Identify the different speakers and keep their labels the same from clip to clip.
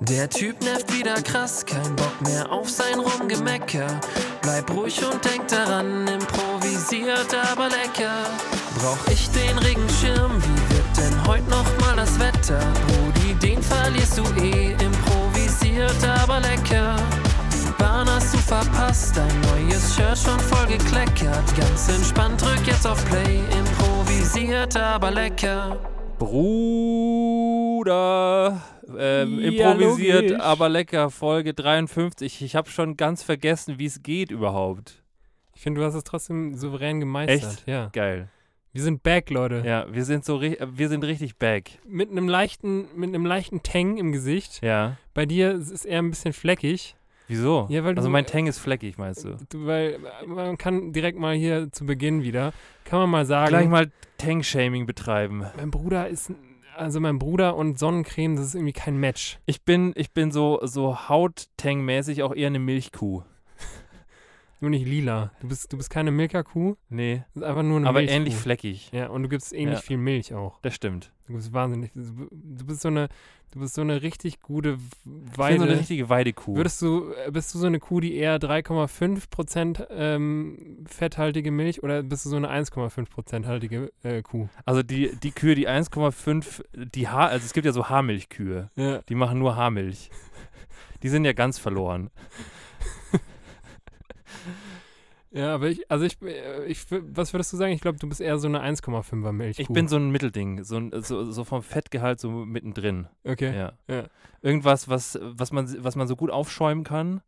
Speaker 1: Der Typ nervt wieder krass, kein Bock mehr auf sein Rumgemecker. Bleib ruhig und denk daran, improvisiert aber lecker. Brauch ich den Regenschirm, wie wird denn heute nochmal das Wetter? Brudi, den verlierst du eh, improvisiert aber lecker. Die Bahn hast du verpasst, dein neues Shirt schon voll gekleckert. Ganz entspannt, drück jetzt auf Play, improvisiert aber lecker.
Speaker 2: Bruder. Ähm,
Speaker 3: Ja,
Speaker 2: improvisiert,
Speaker 3: logisch.
Speaker 2: aber lecker, Folge 53. Ich habe schon ganz vergessen, wie es geht überhaupt.
Speaker 3: Ich finde, du hast es trotzdem souverän gemeistert.
Speaker 2: Echt?
Speaker 3: halt, Ja.
Speaker 2: Geil.
Speaker 3: Wir sind back, Leute.
Speaker 2: Ja, wir sind so ri- äh, wir sind richtig back.
Speaker 3: Mit einem leichten, mit einem leichten Tang im Gesicht.
Speaker 2: Ja.
Speaker 3: Bei dir ist es eher ein bisschen fleckig.
Speaker 2: Wieso?
Speaker 3: Ja, weil du-
Speaker 2: also mein Tang ist fleckig, meinst du?
Speaker 3: Du, weil äh, man kann direkt mal hier zu Beginn wieder, kann man mal sagen,
Speaker 2: Gleich mal Tang-Shaming betreiben.
Speaker 3: mein Bruder ist, also mein Bruder und Sonnencreme, das ist irgendwie kein Match.
Speaker 2: Ich bin, ich bin so, so Haut-Tang-mäßig auch eher eine Milchkuh.
Speaker 3: Nur nicht lila. Du bist, du bist keine Milka-Kuh,
Speaker 2: Nee,
Speaker 3: das ist einfach nur eine
Speaker 2: aber
Speaker 3: Milchkuh.
Speaker 2: ähnlich fleckig.
Speaker 3: Ja, und du gibst ähnlich
Speaker 2: Ja.
Speaker 3: viel Milch auch.
Speaker 2: Das stimmt.
Speaker 3: Du bist wahnsinnig. Du bist so eine, du bist so eine richtig gute
Speaker 2: Ich bin so
Speaker 3: Weide.
Speaker 2: eine richtige Weidekuh.
Speaker 3: Würdest du, äh, bist du so eine Kuh, die eher 3,5% ähm, fetthaltige Milch oder bist du so eine 1,5% haltige äh, Kuh?
Speaker 2: also die, die Kühe, die 1,5, die Haar, also es gibt ja so Haarmilchkühe.
Speaker 3: Ja.
Speaker 2: Die machen nur Haarmilch. Die sind ja ganz verloren.
Speaker 3: Ja, aber ich, also ich, äh, ich wür- was würdest du sagen? Ich glaube, du bist eher so eine 1,5er Milchkuh.
Speaker 2: Ich bin so ein Mittelding, so, ein- so, so vom Fettgehalt so mittendrin.
Speaker 3: Okay.
Speaker 2: Ja.
Speaker 3: Ja.
Speaker 2: Irgendwas, was, was, man, was man so gut aufschäumen kann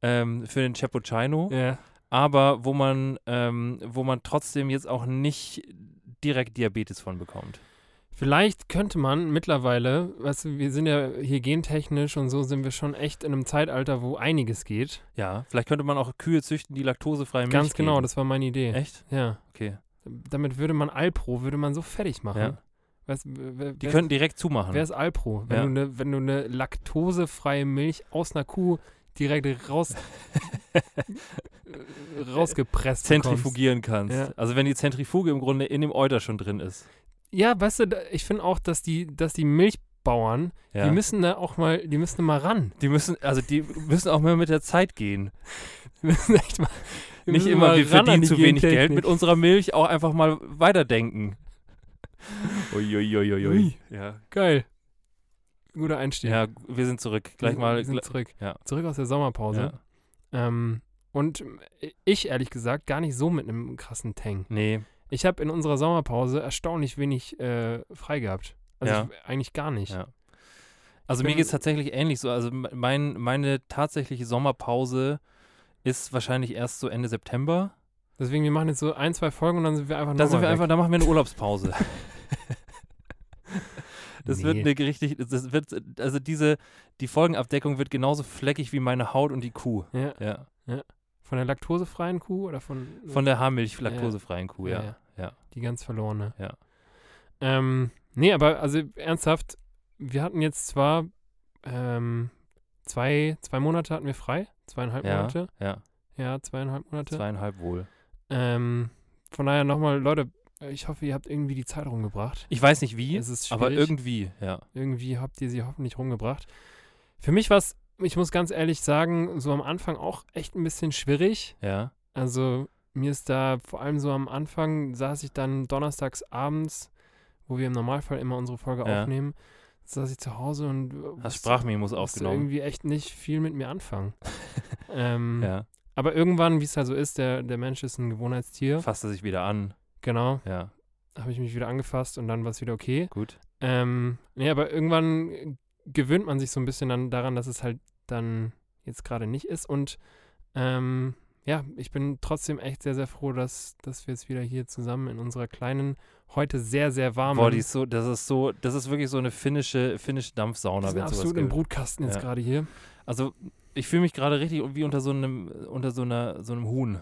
Speaker 2: ähm, für den Cappuccino,
Speaker 3: Ja.
Speaker 2: aber wo man, ähm, wo man trotzdem jetzt auch nicht direkt Diabetes von bekommt.
Speaker 3: Vielleicht könnte man mittlerweile, weißt du, wir sind ja hier gentechnisch und so sind wir schon echt in einem Zeitalter, wo einiges geht.
Speaker 2: Ja, vielleicht könnte man auch Kühe züchten, die laktosefreie Milch
Speaker 3: Ganz genau,
Speaker 2: geben.
Speaker 3: das war meine Idee.
Speaker 2: Echt?
Speaker 3: Ja.
Speaker 2: Okay.
Speaker 3: Damit würde man Alpro, würde man so fertig machen.
Speaker 2: Ja.
Speaker 3: Weißt, wer, wer-
Speaker 2: Die könnten direkt zumachen.
Speaker 3: Wer ist Alpro? Wenn,
Speaker 2: Ja.
Speaker 3: du ne, wenn du eine laktosefreie Milch aus einer Kuh direkt raus, äh, rausgepresst bekommst.
Speaker 2: Zentrifugieren kannst.
Speaker 3: Ja.
Speaker 2: Also wenn die Zentrifuge im Grunde in dem Euter schon drin ist.
Speaker 3: Ja, weißt du, da- ich finde auch, dass die, dass die Milchbauern,
Speaker 2: Ja.
Speaker 3: die müssen da auch mal, die müssen da mal ran.
Speaker 2: Die müssen, also die müssen auch mal mit der Zeit gehen.
Speaker 3: Die müssen echt mal, die
Speaker 2: Nicht
Speaker 3: müssen
Speaker 2: immer,
Speaker 3: mal
Speaker 2: wir
Speaker 3: ran an
Speaker 2: verdienen
Speaker 3: die
Speaker 2: zu wenig Geld
Speaker 3: Gentechnik.
Speaker 2: mit unserer Milch, auch einfach mal weiterdenken. Uiuiuiui.
Speaker 3: Ui.
Speaker 2: Ja.
Speaker 3: Geil. Guter Einstieg.
Speaker 2: ja, wir sind zurück. Gleich
Speaker 3: Wir
Speaker 2: mal.
Speaker 3: sind
Speaker 2: gl-
Speaker 3: zurück.
Speaker 2: ja.
Speaker 3: Zurück aus der Sommerpause.
Speaker 2: Ja.
Speaker 3: Ähm, und ich, ehrlich gesagt, gar nicht so mit einem krassen Tang.
Speaker 2: Nee,
Speaker 3: Ich habe in unserer Sommerpause erstaunlich wenig äh, frei gehabt. Also
Speaker 2: Ja.
Speaker 3: ich, eigentlich gar nicht.
Speaker 2: Ja. also
Speaker 3: bin-
Speaker 2: mir geht es tatsächlich ähnlich so. Also mein, meine tatsächliche Sommerpause ist wahrscheinlich erst so Ende September.
Speaker 3: Deswegen, wir machen jetzt so ein, zwei Folgen und dann sind wir einfach
Speaker 2: Da
Speaker 3: nochmal
Speaker 2: sind wir
Speaker 3: weg.
Speaker 2: einfach, da machen wir eine Urlaubspause. Das wird
Speaker 3: Nee.
Speaker 2: eine richtig, das wird, also diese, die Folgenabdeckung wird genauso fleckig wie meine Haut und die Kuh.
Speaker 3: ja.
Speaker 2: Ja.
Speaker 3: Von der laktosefreien Kuh oder von,
Speaker 2: Von der Haarmilch laktosefreien Kuh, ja. Ja.
Speaker 3: Die ganz verlorene.
Speaker 2: Ja.
Speaker 3: Ähm, nee, aber also ernsthaft, wir hatten jetzt zwar ähm, zwei, zwei Monate hatten wir frei. Zweieinhalb
Speaker 2: Ja,
Speaker 3: Monate.
Speaker 2: ja.
Speaker 3: Ja, zweieinhalb Monate.
Speaker 2: Zweieinhalb wohl.
Speaker 3: Ähm, von daher nochmal, Leute, ich hoffe, ihr habt irgendwie die Zeit rumgebracht.
Speaker 2: Ich weiß nicht wie,
Speaker 3: es ist
Speaker 2: aber
Speaker 3: schwierig.
Speaker 2: irgendwie, ja.
Speaker 3: irgendwie habt ihr sie hoffentlich rumgebracht. Für mich war es, ich muss ganz ehrlich sagen, so am Anfang auch echt ein bisschen schwierig.
Speaker 2: Ja.
Speaker 3: Also mir ist da vor allem so am Anfang saß ich dann donnerstags abends, wo wir im Normalfall immer unsere Folge
Speaker 2: Ja.
Speaker 3: aufnehmen, saß ich zu Hause und äh,
Speaker 2: Hast
Speaker 3: wusste-
Speaker 2: Sprachmemos
Speaker 3: wusste
Speaker 2: aufgenommen.
Speaker 3: irgendwie echt nicht viel mit mir anfangen. ähm,
Speaker 2: Ja.
Speaker 3: Aber irgendwann, wie es halt so ist, der, der Mensch ist ein Gewohnheitstier.
Speaker 2: Fasst er sich wieder an.
Speaker 3: Genau,
Speaker 2: Ja.
Speaker 3: habe ich mich wieder angefasst und dann war es wieder okay.
Speaker 2: Gut.
Speaker 3: Ähm, nee, aber irgendwann äh, gewöhnt man sich so ein bisschen dann daran, dass es halt dann jetzt gerade nicht ist. Und ähm, ja, ich bin trotzdem echt sehr, sehr froh, dass, dass wir jetzt wieder hier zusammen in unserer kleinen, heute sehr, sehr warmen.
Speaker 2: Boah, die ist so, das ist so, das ist wirklich so eine finnische, finnische Dampfsauna,
Speaker 3: wir
Speaker 2: wenn
Speaker 3: sind
Speaker 2: es
Speaker 3: absolut
Speaker 2: sowas
Speaker 3: im
Speaker 2: gibt.
Speaker 3: Brutkasten jetzt
Speaker 2: Ja.
Speaker 3: gerade hier.
Speaker 2: Also ich fühle mich gerade richtig wie unter so einem, unter so einer, so einem Huhn.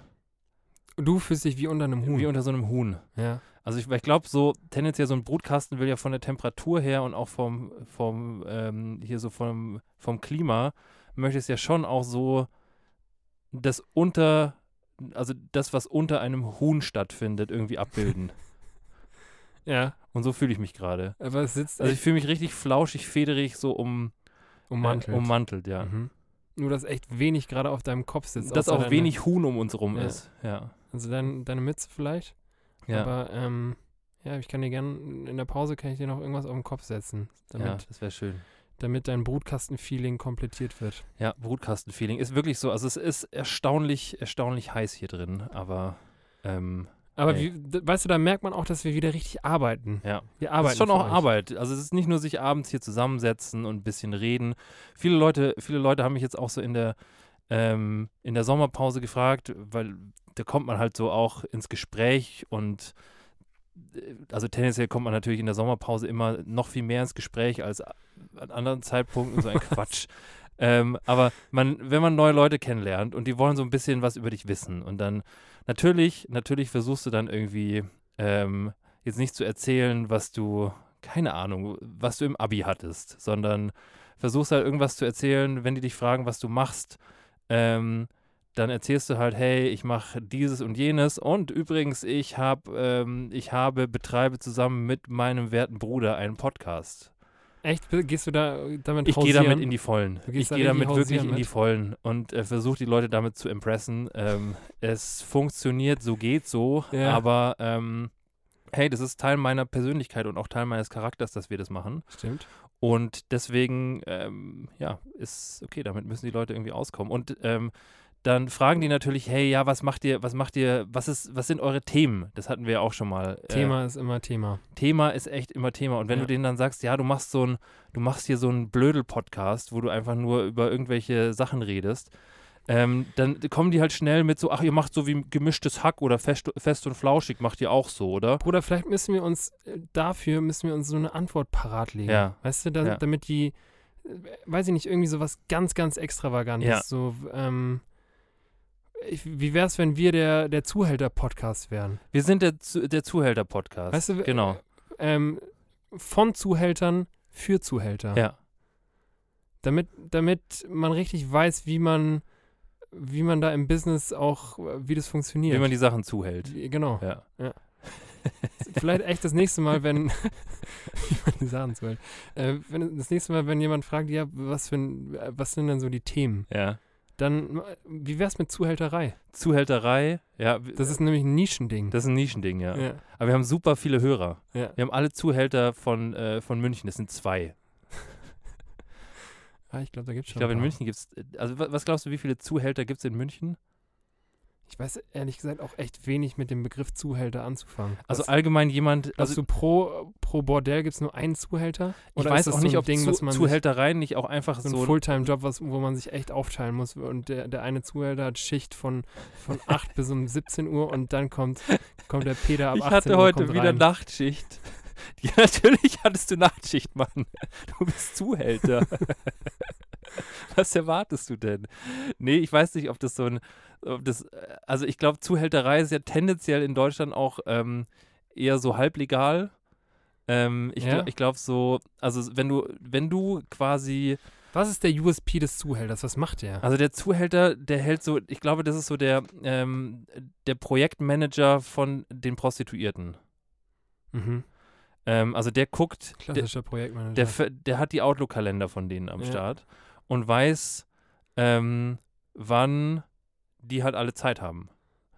Speaker 3: Du fühlst dich wie unter einem Huhn.
Speaker 2: Wie unter so einem Huhn.
Speaker 3: ja.
Speaker 2: Also ich, weil ich glaube, so tendenziell so ein Brutkasten will ja von der Temperatur her und auch vom, vom ähm, hier so vom, vom Klima, möchte es ja schon auch so das unter also das, was unter einem Huhn stattfindet, irgendwie abbilden.
Speaker 3: Ja,
Speaker 2: Und so fühle ich mich gerade.
Speaker 3: aber es sitzt
Speaker 2: Also ich
Speaker 3: echt
Speaker 2: fühle mich richtig flauschig, federig, so um,
Speaker 3: ummantelt.
Speaker 2: Äh, ummantelt ja.
Speaker 3: Mhm. Nur, dass echt wenig gerade auf deinem Kopf sitzt.
Speaker 2: Dass
Speaker 3: außer
Speaker 2: auch
Speaker 3: deine,
Speaker 2: wenig Huhn um uns rum
Speaker 3: Ja.
Speaker 2: ist. Ja.
Speaker 3: Also dein, deine Mütze vielleicht.
Speaker 2: Ja,
Speaker 3: Aber ähm, ja, ich kann dir gern, in der Pause kann ich dir noch irgendwas auf den Kopf setzen, damit,
Speaker 2: ja das wäre schön.
Speaker 3: damit dein Brutkasten-Feeling komplettiert wird.
Speaker 2: Ja, Brutkasten-Feeling ist wirklich so. Also es ist erstaunlich, erstaunlich heiß hier drin, aber ähm,
Speaker 3: Aber
Speaker 2: Ey.
Speaker 3: wie, d- weißt du, da merkt man auch, dass wir wieder richtig arbeiten.
Speaker 2: ja.
Speaker 3: Wir
Speaker 2: Aber es
Speaker 3: arbeiten.
Speaker 2: ist schon
Speaker 3: für
Speaker 2: auch
Speaker 3: euch.
Speaker 2: Arbeit. Also es ist nicht nur sich abends hier zusammensetzen und ein bisschen reden. Viele Leute, viele Leute haben mich jetzt auch so in der ähm, in der Sommerpause gefragt, weil da kommt man halt so auch ins Gespräch und äh, also tendenziell kommt man natürlich in der Sommerpause immer noch viel mehr ins Gespräch als a- an anderen Zeitpunkten, so ein Quatsch. Ähm, aber man, wenn man neue Leute kennenlernt und die wollen so ein bisschen was über dich wissen und dann natürlich, natürlich versuchst du dann irgendwie ähm, jetzt nicht zu erzählen, was du, keine Ahnung, was du im Abi hattest, sondern versuchst halt irgendwas zu erzählen, wenn die dich fragen, was du machst, ähm, dann erzählst du halt, hey, ich mache dieses und jenes und übrigens, ich habe, ähm, ich habe, betreibe zusammen mit meinem werten Bruder einen Podcast.
Speaker 3: Echt? Gehst du da äh, damit
Speaker 2: Ich gehe damit
Speaker 3: hausieren?
Speaker 2: in die Vollen.
Speaker 3: Du gehst
Speaker 2: Ich
Speaker 3: da
Speaker 2: gehe
Speaker 3: richtig
Speaker 2: damit wirklich
Speaker 3: hausieren
Speaker 2: in die
Speaker 3: mit?
Speaker 2: Vollen und äh, versuche die Leute damit zu impressen. Ähm, es funktioniert, so geht so,
Speaker 3: Ja.
Speaker 2: aber ähm, hey, das ist Teil meiner Persönlichkeit und auch Teil meines Charakters, dass wir das machen.
Speaker 3: Stimmt.
Speaker 2: Und deswegen, ähm, ja, ist okay, damit müssen die Leute irgendwie auskommen. Und ähm, dann fragen die natürlich, hey, ja, was macht ihr, was macht ihr, was ist, was sind eure Themen? Das hatten wir ja auch schon mal. äh,
Speaker 3: Thema ist immer Thema.
Speaker 2: Thema ist echt immer Thema. Und wenn
Speaker 3: Ja.
Speaker 2: du denen dann sagst, ja, du machst so ein, du machst hier so einen Blödel-Podcast, wo du einfach nur über irgendwelche Sachen redest, ähm, dann kommen die halt schnell mit so, ach, ihr macht so wie gemischtes Hack oder fest, fest und flauschig, macht ihr auch so, oder?
Speaker 3: Bruder, vielleicht müssen wir uns äh, dafür müssen wir uns so eine Antwort parat legen.
Speaker 2: Ja.
Speaker 3: Weißt du, da,
Speaker 2: Ja.
Speaker 3: damit die, äh, weiß ich nicht, irgendwie sowas ganz, ganz extravagantes.
Speaker 2: Ja.
Speaker 3: So, ähm, ich, wie wär's, wenn wir der, der Zuhälter-Podcast wären?
Speaker 2: Wir sind der, Zu- der Zuhälter-Podcast.
Speaker 3: Weißt du,
Speaker 2: genau.
Speaker 3: Ähm, von Zuhältern für Zuhälter.
Speaker 2: Ja.
Speaker 3: Damit, damit man richtig weiß, wie man, wie man da im Business auch, äh, wie das funktioniert.
Speaker 2: Wie man die Sachen zuhält.
Speaker 3: Wie- genau.
Speaker 2: Ja.
Speaker 3: Vielleicht echt das nächste Mal, wenn ich meine Sachen zu äh, wenn das nächste Mal, wenn jemand fragt, ja, was für ein, äh, was sind denn so die Themen?
Speaker 2: ja.
Speaker 3: Dann äh, wie wär's mit Zuhälterei?
Speaker 2: Zuhälterei, ja, w-
Speaker 3: Das ist nämlich ein Nischending.
Speaker 2: das ist ein Nischending, ja.
Speaker 3: ja,
Speaker 2: Aber wir haben super viele Hörer.
Speaker 3: ja.
Speaker 2: Wir haben alle Zuhälter von, äh, von München, das sind zwei.
Speaker 3: Ah, ich glaube, da gibt's
Speaker 2: Ich
Speaker 3: schon.
Speaker 2: glaube, in
Speaker 3: ein paar.
Speaker 2: München gibt es, also wa- was glaubst du, wie viele Zuhälter gibt es in München?
Speaker 3: Ich weiß ehrlich gesagt auch echt wenig mit dem Begriff Zuhälter anzufangen.
Speaker 2: Also
Speaker 3: Was-
Speaker 2: allgemein jemand,
Speaker 3: Glaubst
Speaker 2: also
Speaker 3: du, pro, pro Bordell gibt es nur einen Zuhälter?
Speaker 2: ich
Speaker 3: Oder
Speaker 2: weiß
Speaker 3: ist das
Speaker 2: auch
Speaker 3: so
Speaker 2: nicht,
Speaker 3: ein
Speaker 2: ob
Speaker 3: Ding,
Speaker 2: Zu
Speaker 3: was man sich-
Speaker 2: Zuhältereien nicht auch einfach
Speaker 3: so ein
Speaker 2: so,
Speaker 3: Fulltime-Job, was- wo man sich echt aufteilen muss. Und der, der eine Zuhälter hat Schicht von, von 8 bis um 17 Uhr und dann kommt, kommt der Peter ab
Speaker 2: ich
Speaker 3: 18
Speaker 2: hatte
Speaker 3: Uhr
Speaker 2: heute
Speaker 3: kommt
Speaker 2: wieder
Speaker 3: rein.
Speaker 2: Nachtschicht. Ja, natürlich hattest du Nachtschicht, Mann. Du bist Zuhälter. Was erwartest du denn? Nee, ich weiß nicht, ob das so ein, ob das, äh, also ich glaube, Zuhälterei ist ja tendenziell in Deutschland auch ähm, eher so halblegal. Ähm, ich
Speaker 3: Ja.
Speaker 2: gl- ich glaube so, also wenn du, wenn du quasi
Speaker 3: Was ist der USP des Zuhälters? Was macht der?
Speaker 2: Also der Zuhälter, der hält so, ich glaube, das ist so der, ähm, der Projektmanager von den Prostituierten.
Speaker 3: Mhm.
Speaker 2: Ähm, also der guckt, der,
Speaker 3: Klassischer Projektmanager.
Speaker 2: der, ver- der hat die Outlook-Kalender von denen am
Speaker 3: Ja.
Speaker 2: Start und weiß, ähm, wann die halt alle Zeit haben.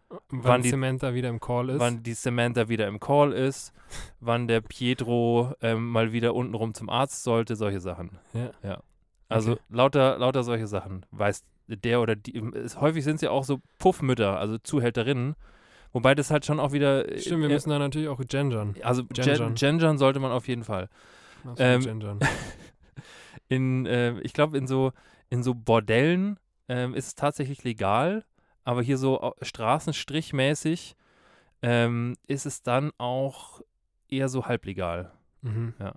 Speaker 3: wann
Speaker 2: wann die-
Speaker 3: Samantha wieder im Call ist.
Speaker 2: Wann die Samantha wieder im Call ist, wann der Pietro ähm, mal wieder untenrum zum Arzt sollte, solche Sachen.
Speaker 3: Ja.
Speaker 2: Also
Speaker 3: Okay.
Speaker 2: lauter, lauter solche Sachen. Weiß der oder die, ist, häufig sind es ja auch so Puffmütter, also Zuhälterinnen. Wobei das halt schon auch wieder. äh,
Speaker 3: Stimmt, wir müssen da natürlich auch gendern.
Speaker 2: äh, also gen-
Speaker 3: gendern.
Speaker 2: gendern sollte man auf jeden Fall.
Speaker 3: Absolut
Speaker 2: Ähm,
Speaker 3: gendern.
Speaker 2: In, äh, ich glaube, in so, in so Bordellen ähm, ist es tatsächlich legal, aber hier so au- straßenstrichmäßig ähm, ist es dann auch eher so halblegal.
Speaker 3: Mhm.
Speaker 2: ja.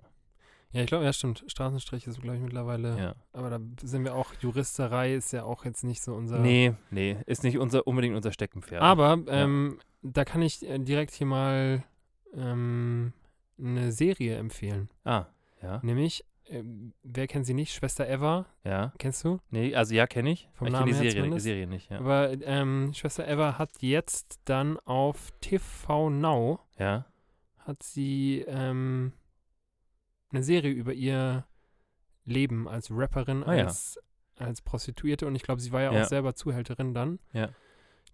Speaker 3: ja, ich glaube, ja, stimmt. Straßenstrich ist, glaube ich, mittlerweile.
Speaker 2: Ja.
Speaker 3: Aber da sind wir auch, Juristerei ist ja auch jetzt nicht so unser.
Speaker 2: Nee, nee, ist nicht unser, unbedingt unser Steckenpferd.
Speaker 3: Aber ähm, da kann ich äh, direkt hier mal ähm, eine Serie empfehlen.
Speaker 2: Ah, ja.
Speaker 3: Nämlich ähm, wer kennt sie nicht? Schwester Eva,
Speaker 2: Ja.
Speaker 3: kennst du?
Speaker 2: Nee, also ja, kenne ich. aber
Speaker 3: Vom
Speaker 2: ich kenne
Speaker 3: Namen
Speaker 2: die
Speaker 3: her
Speaker 2: Serie, die
Speaker 3: zumindest.
Speaker 2: Serie nicht, ja.
Speaker 3: Aber ähm, Schwester Eva hat jetzt dann auf TV Now
Speaker 2: ja.
Speaker 3: hat sie ähm, eine Serie über ihr Leben als Rapperin,
Speaker 2: Ah ja.
Speaker 3: als, als Prostituierte und ich glaube, sie war ja,
Speaker 2: Ja.
Speaker 3: auch selber Zuhälterin dann.
Speaker 2: Ja.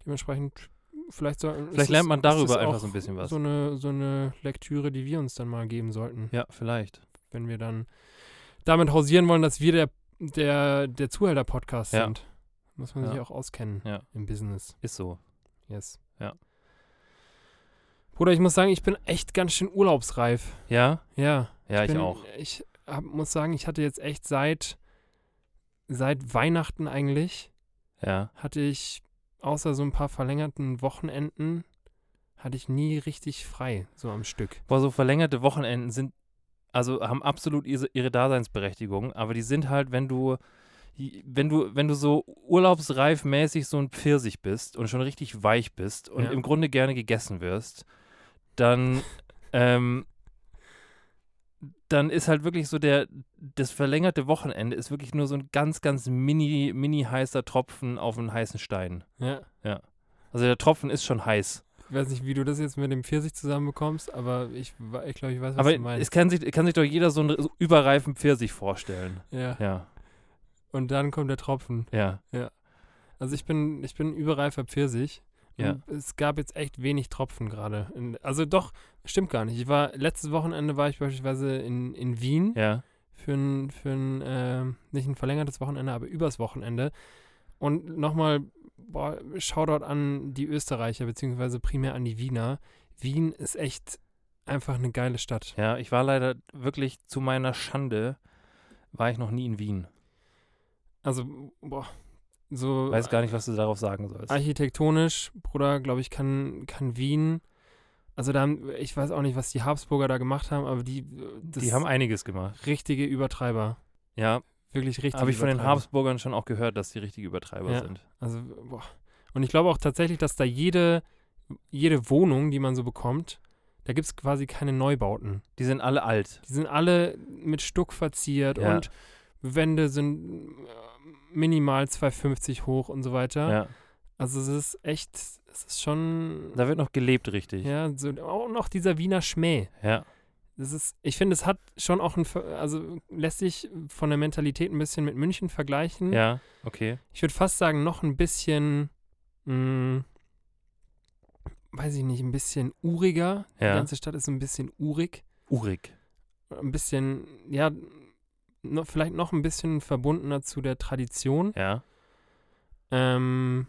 Speaker 3: Dementsprechend vielleicht so, ist
Speaker 2: Vielleicht lernt man
Speaker 3: ist es
Speaker 2: darüber einfach
Speaker 3: auch
Speaker 2: so ein bisschen was.
Speaker 3: So eine, so eine Lektüre, die wir uns dann mal geben sollten,
Speaker 2: Ja, vielleicht.
Speaker 3: wenn wir dann damit hausieren wollen, dass wir der, der, der Zuhälter-Podcast
Speaker 2: Ja.
Speaker 3: sind. Muss man sich
Speaker 2: Ja.
Speaker 3: auch auskennen
Speaker 2: Ja.
Speaker 3: im Business.
Speaker 2: Ist so.
Speaker 3: Yes.
Speaker 2: Ja.
Speaker 3: Bruder, ich muss sagen, ich bin echt ganz schön urlaubsreif.
Speaker 2: Ja?
Speaker 3: Ja.
Speaker 2: Ja, ich,
Speaker 3: bin,
Speaker 2: auch.
Speaker 3: Ich hab, muss sagen, ich hatte jetzt echt seit, seit Weihnachten eigentlich,
Speaker 2: Ja.
Speaker 3: hatte ich außer so ein paar verlängerten Wochenenden, hatte ich nie richtig frei, so am Stück.
Speaker 2: Boah, so verlängerte Wochenenden sind, also haben absolut ihre, ihre Daseinsberechtigung, aber die sind halt, wenn du, wenn du, wenn du so urlaubsreifmäßig so ein Pfirsich bist und schon richtig weich bist und
Speaker 3: Ja.
Speaker 2: im Grunde gerne gegessen wirst, dann, ähm, dann ist halt wirklich so der, das verlängerte Wochenende ist wirklich nur so ein ganz, ganz mini, mini heißer Tropfen auf einen heißen Stein.
Speaker 3: Ja.
Speaker 2: Also der Tropfen ist schon heiß.
Speaker 3: Ich weiß nicht, wie du das jetzt mit dem Pfirsich zusammenbekommst, aber ich, wa- ich glaube, ich weiß, was
Speaker 2: Aber
Speaker 3: du meinst.
Speaker 2: es kann sich, kann sich doch jeder so einen so überreifen Pfirsich vorstellen.
Speaker 3: ja.
Speaker 2: Ja,
Speaker 3: Und dann kommt der Tropfen.
Speaker 2: ja.
Speaker 3: Also ich bin, ich bin überreifer Pfirsich.
Speaker 2: Ja.
Speaker 3: Und Es gab jetzt echt wenig Tropfen gerade. In- Also doch, stimmt gar nicht. Ich war, letztes Wochenende war ich beispielsweise in, in Wien
Speaker 2: Ja,
Speaker 3: für ein, für ein ähm, nicht ein verlängertes Wochenende, aber übers Wochenende. Und nochmal, boah, Shoutout an die Österreicher, beziehungsweise primär an die Wiener. Wien ist echt einfach eine geile Stadt.
Speaker 2: ja. Ich war leider wirklich zu meiner Schande, war ich noch nie in Wien.
Speaker 3: Also, boah, so.
Speaker 2: Weiß gar nicht, was du darauf sagen sollst.
Speaker 3: Ah, Architektonisch, Bruder, glaube ich, kann, kann Wien. Also da haben, ich weiß auch nicht, was die Habsburger da gemacht haben, aber die, das
Speaker 2: Die haben einiges gemacht.
Speaker 3: richtige Übertreiber.
Speaker 2: Ja,
Speaker 3: Wirklich richtig.
Speaker 2: habe ich von den
Speaker 3: Übertreiber.
Speaker 2: Habsburgern schon auch gehört, dass die richtige Übertreiber
Speaker 3: Ja.
Speaker 2: sind.
Speaker 3: Also, boah. Und ich glaube auch tatsächlich, dass da jede, jede Wohnung, die man so bekommt, da gibt es quasi keine Neubauten.
Speaker 2: Die sind alle alt.
Speaker 3: Die sind alle mit Stuck verziert
Speaker 2: Ja.
Speaker 3: und Wände sind äh, minimal 2,50 hoch und so weiter.
Speaker 2: Ja.
Speaker 3: Also es ist echt, es ist schon.
Speaker 2: Da wird noch gelebt, richtig.
Speaker 3: Ja, so, auch noch dieser Wiener Schmäh.
Speaker 2: Ja.
Speaker 3: Das ist, ich finde, es hat schon auch ein, Ver- also lässt sich von der Mentalität ein bisschen mit München vergleichen.
Speaker 2: Ja, okay.
Speaker 3: Ich würde fast sagen, noch ein bisschen, mh, weiß ich nicht, ein bisschen uriger.
Speaker 2: Ja.
Speaker 3: Die ganze Stadt ist so ein bisschen urig.
Speaker 2: Urig.
Speaker 3: Ein bisschen, ja, noch, vielleicht noch ein bisschen verbundener zu der Tradition.
Speaker 2: Ja.
Speaker 3: Ähm,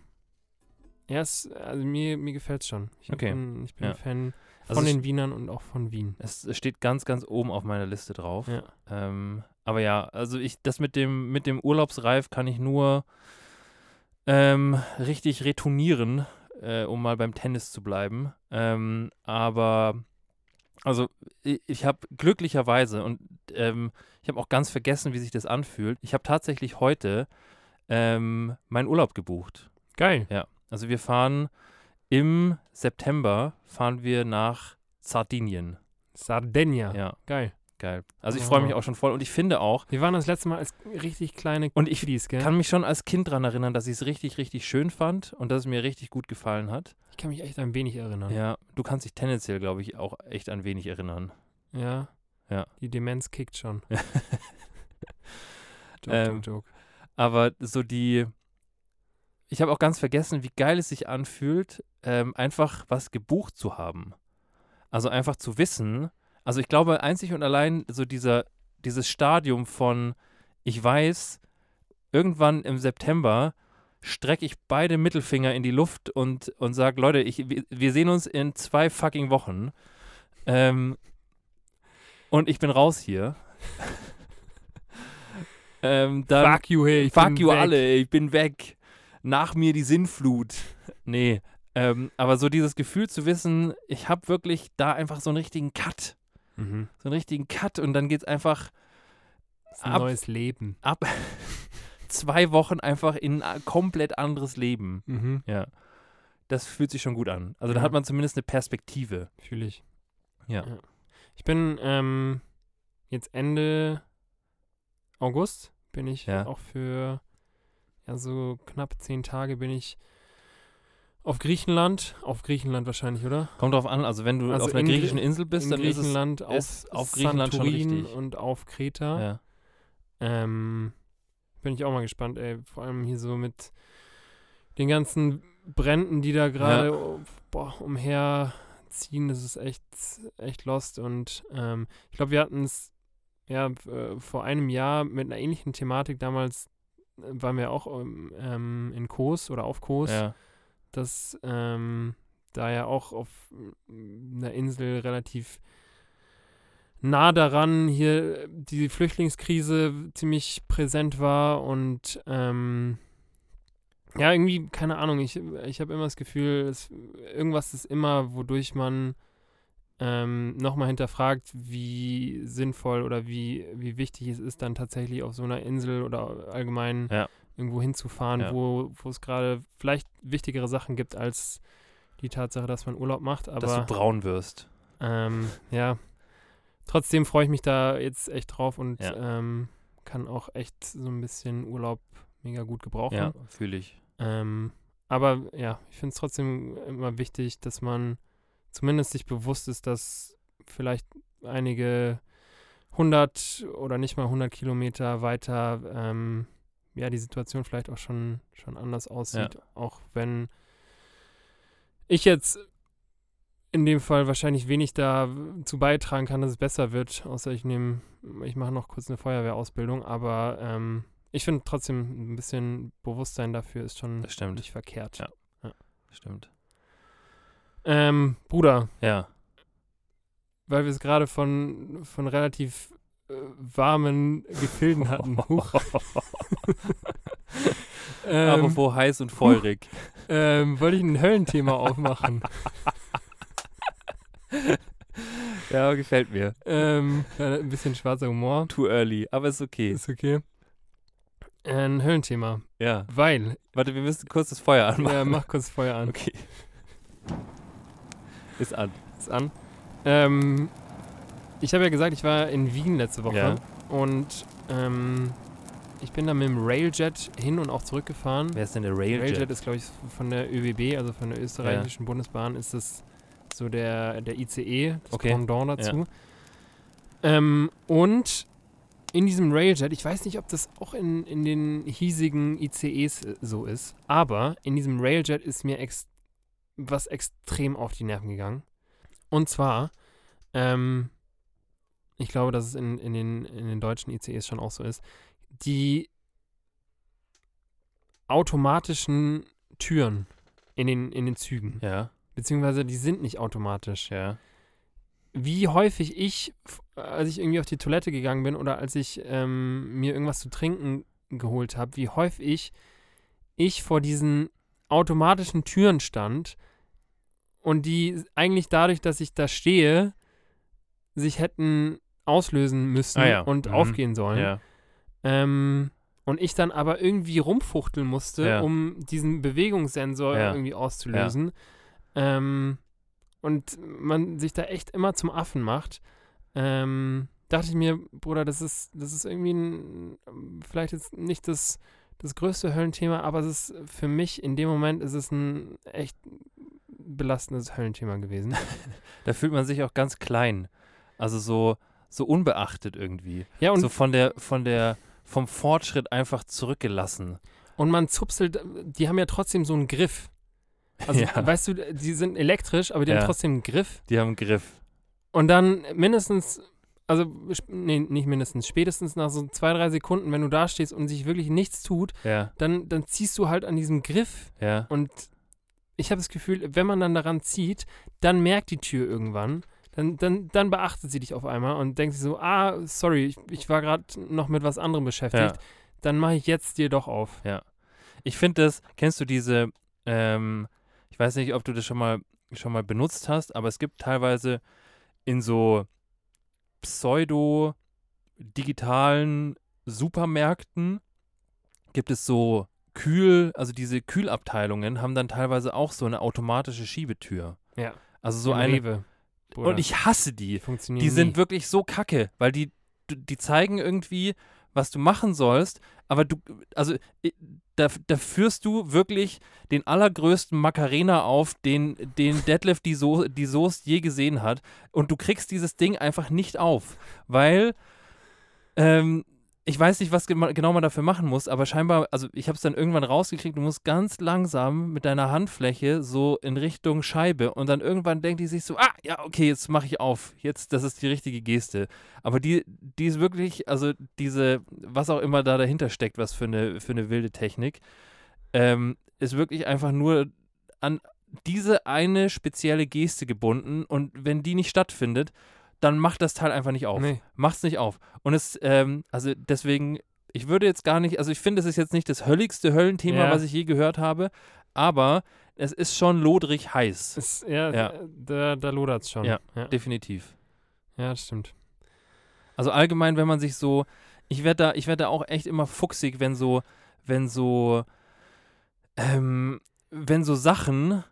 Speaker 3: ja, es, also mir, mir gefällt es schon. Ich
Speaker 2: Okay.
Speaker 3: bin, ich bin
Speaker 2: Ja.
Speaker 3: ein Fan
Speaker 2: Also
Speaker 3: von
Speaker 2: es-
Speaker 3: den Wienern und auch von Wien.
Speaker 2: Es es steht ganz, ganz oben auf meiner Liste drauf.
Speaker 3: Ja.
Speaker 2: Ähm, aber ja, also ich, das mit dem, mit dem Urlaubsreif kann ich nur ähm, richtig retournieren, äh, um mal beim Tennis zu bleiben. Ähm, aber also ich, ich habe glücklicherweise und ähm, ich habe auch ganz vergessen, wie sich das anfühlt. Ich habe tatsächlich heute ähm, meinen Urlaub gebucht.
Speaker 3: Geil.
Speaker 2: Also wir fahren im September fahren wir nach Sardinien.
Speaker 3: Sardinia.
Speaker 2: Ja,
Speaker 3: Geil.
Speaker 2: geil. Also ich
Speaker 3: Ja.
Speaker 2: freue mich auch schon voll und ich finde auch,
Speaker 3: Wir waren das letzte Mal als richtig kleine
Speaker 2: Und ich
Speaker 3: Kiddies, gell?
Speaker 2: kann mich schon als Kind daran erinnern, dass ich es richtig, richtig schön fand und dass es mir richtig gut gefallen hat.
Speaker 3: ich kann mich echt ein wenig erinnern.
Speaker 2: Ja, du kannst dich tendenziell, glaube ich, auch echt an wenig erinnern.
Speaker 3: Ja.
Speaker 2: Ja.
Speaker 3: Die Demenz kickt schon. joke,
Speaker 2: Ähm,
Speaker 3: joke, joke.
Speaker 2: Aber so die. Ich habe auch ganz vergessen, wie geil es sich anfühlt, ähm, einfach was gebucht zu haben. Also einfach zu wissen. Also ich glaube, einzig und allein so dieser, dieses Stadium von, ich weiß, irgendwann im September strecke ich beide Mittelfinger in die Luft und, und sage, Leute, ich, wir- wir sehen uns in zwei fucking Wochen. Ähm, und ich bin raus hier. ähm, dann,
Speaker 3: Fuck you, hey. Ich
Speaker 2: Fuck
Speaker 3: bin
Speaker 2: you
Speaker 3: weg.
Speaker 2: alle, ich bin weg. Nach mir die Sinnflut. Nee, ähm, aber so dieses Gefühl zu wissen, ich habe wirklich da einfach so einen richtigen Cut.
Speaker 3: Mhm.
Speaker 2: So einen richtigen Cut und dann geht's einfach
Speaker 3: Das ist ein
Speaker 2: Ab-
Speaker 3: neues Leben.
Speaker 2: ab zwei Wochen einfach in ein komplett anderes Leben.
Speaker 3: Mhm.
Speaker 2: Ja. Das fühlt sich schon gut an. Also da
Speaker 3: Ja.
Speaker 2: hat man zumindest eine Perspektive.
Speaker 3: Fühle ich.
Speaker 2: Ja.
Speaker 3: Ich bin ähm, jetzt Ende August bin ich
Speaker 2: Ja.
Speaker 3: auch für ja, so knapp zehn Tage bin ich auf Griechenland, auf Griechenland wahrscheinlich, oder?
Speaker 2: Kommt drauf an, also wenn du
Speaker 3: Also
Speaker 2: auf einer
Speaker 3: in Grie-
Speaker 2: griechischen Insel bist,
Speaker 3: In
Speaker 2: dann ist es.
Speaker 3: Griechenland, auf,
Speaker 2: ist auf Griechenland schon
Speaker 3: Santorin
Speaker 2: richtig.
Speaker 3: und auf Kreta.
Speaker 2: Ja.
Speaker 3: Ähm, bin ich auch mal gespannt, ey. Vor allem hier so mit den ganzen Bränden, die da gerade oh, boah, umherziehen. Das ist echt, echt lost. Und ähm, ich glaube, wir hatten es ja äh, vor einem Jahr mit einer ähnlichen Thematik. Damals äh, waren wir auch ähm, ähm, in Kos oder auf Kos,
Speaker 2: ja.
Speaker 3: dass ähm, da ja auch auf äh, einer Insel relativ nah daran hier die Flüchtlingskrise ziemlich präsent war und ähm, ja, irgendwie, keine Ahnung, ich, ich habe immer das Gefühl, es, irgendwas ist immer, wodurch man ähm, nochmal hinterfragt, wie sinnvoll oder wie, wie wichtig es ist, dann tatsächlich auf so einer Insel oder allgemein
Speaker 2: Ja.
Speaker 3: irgendwo hinzufahren,
Speaker 2: Ja.
Speaker 3: wo wo es gerade vielleicht wichtigere Sachen gibt als die Tatsache, dass man Urlaub macht. Aber
Speaker 2: Dass du braun wirst.
Speaker 3: ähm, ja. Trotzdem freue ich mich da jetzt echt drauf und
Speaker 2: Ja.
Speaker 3: ähm, kann auch echt so ein bisschen Urlaub mega gut gebrauchen.
Speaker 2: Ja, fühle ich.
Speaker 3: Ähm, aber ja, ich finde es trotzdem immer wichtig, dass man zumindest sich bewusst ist, dass vielleicht einige 100 oder nicht mal 100 Kilometer weiter ähm, ja, die Situation vielleicht auch schon, schon anders aussieht. Auch wenn ich jetzt in dem Fall wahrscheinlich wenig dazu beitragen kann, dass es besser wird, außer ich nehme, ich mache noch kurz eine Feuerwehrausbildung, aber ähm, ich finde trotzdem ein bisschen Bewusstsein dafür ist schon
Speaker 2: Das stimmt.
Speaker 3: nicht verkehrt.
Speaker 2: Ja. Stimmt.
Speaker 3: Ähm, Bruder,
Speaker 2: Ja.
Speaker 3: weil wir es gerade von, von relativ äh, warmen Gefilden hatten. Huch. ähm,
Speaker 2: Apropos heiß und feurig.
Speaker 3: ähm, wollte ich ein Höllenthema aufmachen.
Speaker 2: ja, gefällt mir.
Speaker 3: ähm, ja, ein bisschen schwarzer Humor.
Speaker 2: Too early, aber ist okay.
Speaker 3: Ist okay. Ein Höllenthema.
Speaker 2: Ja.
Speaker 3: Weil,
Speaker 2: Warte, wir müssen kurz das Feuer anmachen.
Speaker 3: ja, mach kurz Feuer an.
Speaker 2: Okay. Ist an.
Speaker 3: Ist an. Ähm, ich habe ja gesagt, ich war in Wien letzte Woche.
Speaker 2: Ja.
Speaker 3: Und ähm, ich bin da mit dem Railjet hin und auch zurückgefahren.
Speaker 2: Wer ist denn der
Speaker 3: Railjet,
Speaker 2: Railjet?
Speaker 3: ist, glaube ich, von der ÖBB, also von der österreichischen Bundesbahn, ist das so der, der ICE, das
Speaker 2: Okay.
Speaker 3: Pendant dazu. Ähm, und in diesem Railjet, ich weiß nicht, ob das auch in, in den hiesigen ICEs so ist, aber in diesem Railjet ist mir ex was extrem auf die Nerven gegangen. Und zwar, ähm, ich glaube, dass es in, in, den, in den deutschen ICEs schon auch so ist, die automatischen Türen in den, in den Zügen.
Speaker 2: Ja,
Speaker 3: Beziehungsweise die sind nicht automatisch.
Speaker 2: ja.
Speaker 3: Wie häufig ich, f- als ich irgendwie auf die Toilette gegangen bin oder als ich ähm, mir irgendwas zu trinken geholt habe, wie häufig ich vor diesen automatischen Türen stand und die eigentlich dadurch, dass ich da stehe, sich hätten auslösen müssen
Speaker 2: Ah ja,
Speaker 3: und
Speaker 2: mhm,
Speaker 3: aufgehen sollen.
Speaker 2: Ja.
Speaker 3: Ähm, und ich dann aber irgendwie rumfuchteln musste,
Speaker 2: Ja.
Speaker 3: um diesen Bewegungssensor
Speaker 2: Ja.
Speaker 3: irgendwie auszulösen. Ähm, und man sich da echt immer zum Affen macht. Ähm, dachte ich mir, Bruder, das ist, das ist irgendwie ein, vielleicht jetzt nicht das, das größte Höllenthema, aber es ist für mich in dem Moment ist es ein echt belastendes Höllenthema gewesen.
Speaker 2: Da fühlt man sich auch ganz klein. Also so, so unbeachtet irgendwie.
Speaker 3: Ja, und
Speaker 2: so von der, von der, vom Fortschritt einfach zurückgelassen.
Speaker 3: Und man zupselt, die haben ja trotzdem so einen Griff. Also,
Speaker 2: Ja.
Speaker 3: weißt du, die sind elektrisch, aber die
Speaker 2: Ja.
Speaker 3: haben trotzdem einen Griff.
Speaker 2: Die haben einen Griff.
Speaker 3: Und dann mindestens, also, sp- nee, nicht mindestens, spätestens nach so zwei, drei Sekunden, wenn du da stehst und sich wirklich nichts tut,
Speaker 2: Ja,
Speaker 3: dann, dann ziehst du halt an diesem Griff.
Speaker 2: ja.
Speaker 3: Und ich habe das Gefühl, wenn man dann daran zieht, dann merkt die Tür irgendwann. Dann, dann, dann beachtet sie dich auf einmal und denkt sich so, ah, sorry, ich, ich war gerade noch mit was anderem beschäftigt.
Speaker 2: Ja.
Speaker 3: Dann mache ich jetzt dir doch auf.
Speaker 2: Ich finde das, kennst du diese, ähm, ich weiß nicht, ob du das schon mal, schon mal benutzt hast, aber es gibt teilweise in so pseudo-digitalen Supermärkten gibt es so Kühl, also diese Kühlabteilungen haben dann teilweise auch so eine automatische Schiebetür.
Speaker 3: Ja.
Speaker 2: Also so
Speaker 3: Im
Speaker 2: eine.
Speaker 3: Rewe, Bruder.
Speaker 2: Und ich hasse die.
Speaker 3: funktionieren.
Speaker 2: Die sind
Speaker 3: nie.
Speaker 2: wirklich so kacke, weil die, die zeigen irgendwie, was du machen sollst, aber du, also i- da, da führst du wirklich den allergrößten Macarena auf, den, den Deadlift die, so die Soße je gesehen hat und du kriegst dieses Ding einfach nicht auf, weil ähm, ich weiß nicht, was gema- genau man dafür machen muss, aber scheinbar, also ich habe es dann irgendwann rausgekriegt, du musst ganz langsam mit deiner Handfläche so in Richtung Scheibe und dann irgendwann denkt die sich so, ah, ja, okay, jetzt mache ich auf, jetzt, das ist die richtige Geste. Aber die, die ist wirklich, also diese, was auch immer da dahinter steckt, was für eine, für eine wilde Technik, ähm, ist wirklich einfach nur an diese eine spezielle Geste gebunden und wenn die nicht stattfindet, dann macht das Teil einfach nicht auf
Speaker 3: Nee.
Speaker 2: mach's nicht auf. Und es, ähm, also deswegen, ich würde jetzt gar nicht, also ich finde, es ist jetzt nicht das hölligste Höllenthema,
Speaker 3: Ja.
Speaker 2: was ich je gehört habe, aber es ist schon lodrig heiß.
Speaker 3: Ist, ja,
Speaker 2: Ja.
Speaker 3: da, da lodert es schon.
Speaker 2: Ja.
Speaker 3: ja.
Speaker 2: Definitiv.
Speaker 3: Ja, das stimmt.
Speaker 2: Also allgemein, wenn man sich so, ich werde da, ich werd da auch echt immer fuchsig, wenn so, wenn so, ähm, wenn so Sachen,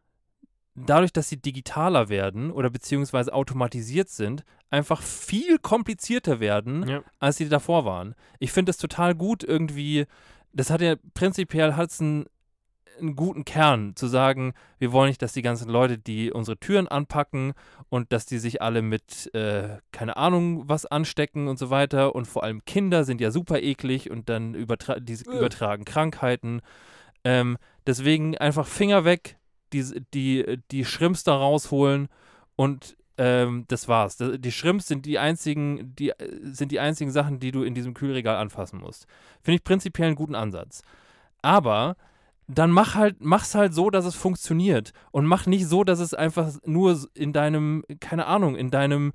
Speaker 2: dadurch, dass sie digitaler werden oder beziehungsweise automatisiert sind, einfach viel komplizierter werden,
Speaker 3: Ja.
Speaker 2: als sie davor waren. Ich finde es total gut irgendwie, das hat ja prinzipiell hat's einen, einen guten Kern, zu sagen, wir wollen nicht, dass die ganzen Leute, die unsere Türen anpacken und dass die sich alle mit, äh, keine Ahnung, was anstecken und so weiter und vor allem Kinder sind ja super eklig und dann übertra die
Speaker 3: Äh.
Speaker 2: übertragen Krankheiten. Ähm, deswegen einfach Finger weg, die, die, die Schrimps da rausholen und ähm, das war's. Da- Die Shrimps sind die einzigen, die äh, sind die einzigen Sachen, die du in diesem Kühlregal anfassen musst. Finde ich prinzipiell einen guten Ansatz. Aber dann mach halt, mach's halt so, dass es funktioniert und mach nicht so, dass es einfach nur s- in deinem, keine Ahnung, in deinem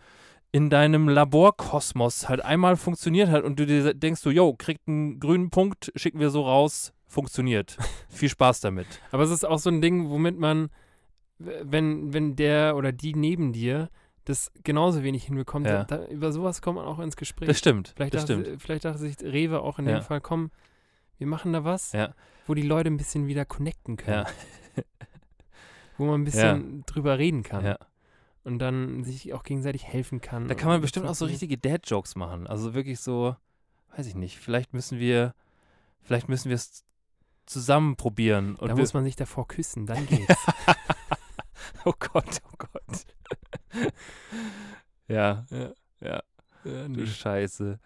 Speaker 2: in deinem Laborkosmos halt einmal funktioniert hat und du dir denkst so, yo, kriegt einen grünen Punkt, schicken wir so raus, funktioniert. Viel Spaß damit.
Speaker 3: Aber es ist auch so ein Ding, womit man, w- wenn, wenn der oder die neben dir das genauso wenig hinbekommt,
Speaker 2: Ja.
Speaker 3: da, über sowas kommt man auch ins Gespräch.
Speaker 2: Das stimmt.
Speaker 3: vielleicht,
Speaker 2: das
Speaker 3: dachte,
Speaker 2: stimmt.
Speaker 3: vielleicht dachte sich Rewe auch in
Speaker 2: Ja.
Speaker 3: dem Fall, komm, wir machen da was,
Speaker 2: Ja.
Speaker 3: wo die Leute ein bisschen wieder connecten können. Wo man ein
Speaker 2: Ja.
Speaker 3: bisschen drüber reden kann.
Speaker 2: Ja.
Speaker 3: Und dann sich auch gegenseitig helfen kann.
Speaker 2: Da kann man
Speaker 3: Und
Speaker 2: bestimmt auch so
Speaker 3: funktioniert.
Speaker 2: richtige Dad-Jokes machen. Also wirklich so, weiß ich nicht, vielleicht müssen wir, vielleicht müssen wir es zusammen probieren. Und
Speaker 3: Da
Speaker 2: wir,
Speaker 3: muss man sich davor küssen, dann geht's.
Speaker 2: oh Gott, oh Gott. ja, ja,
Speaker 3: Ja,
Speaker 2: du
Speaker 3: nee.
Speaker 2: Scheiße.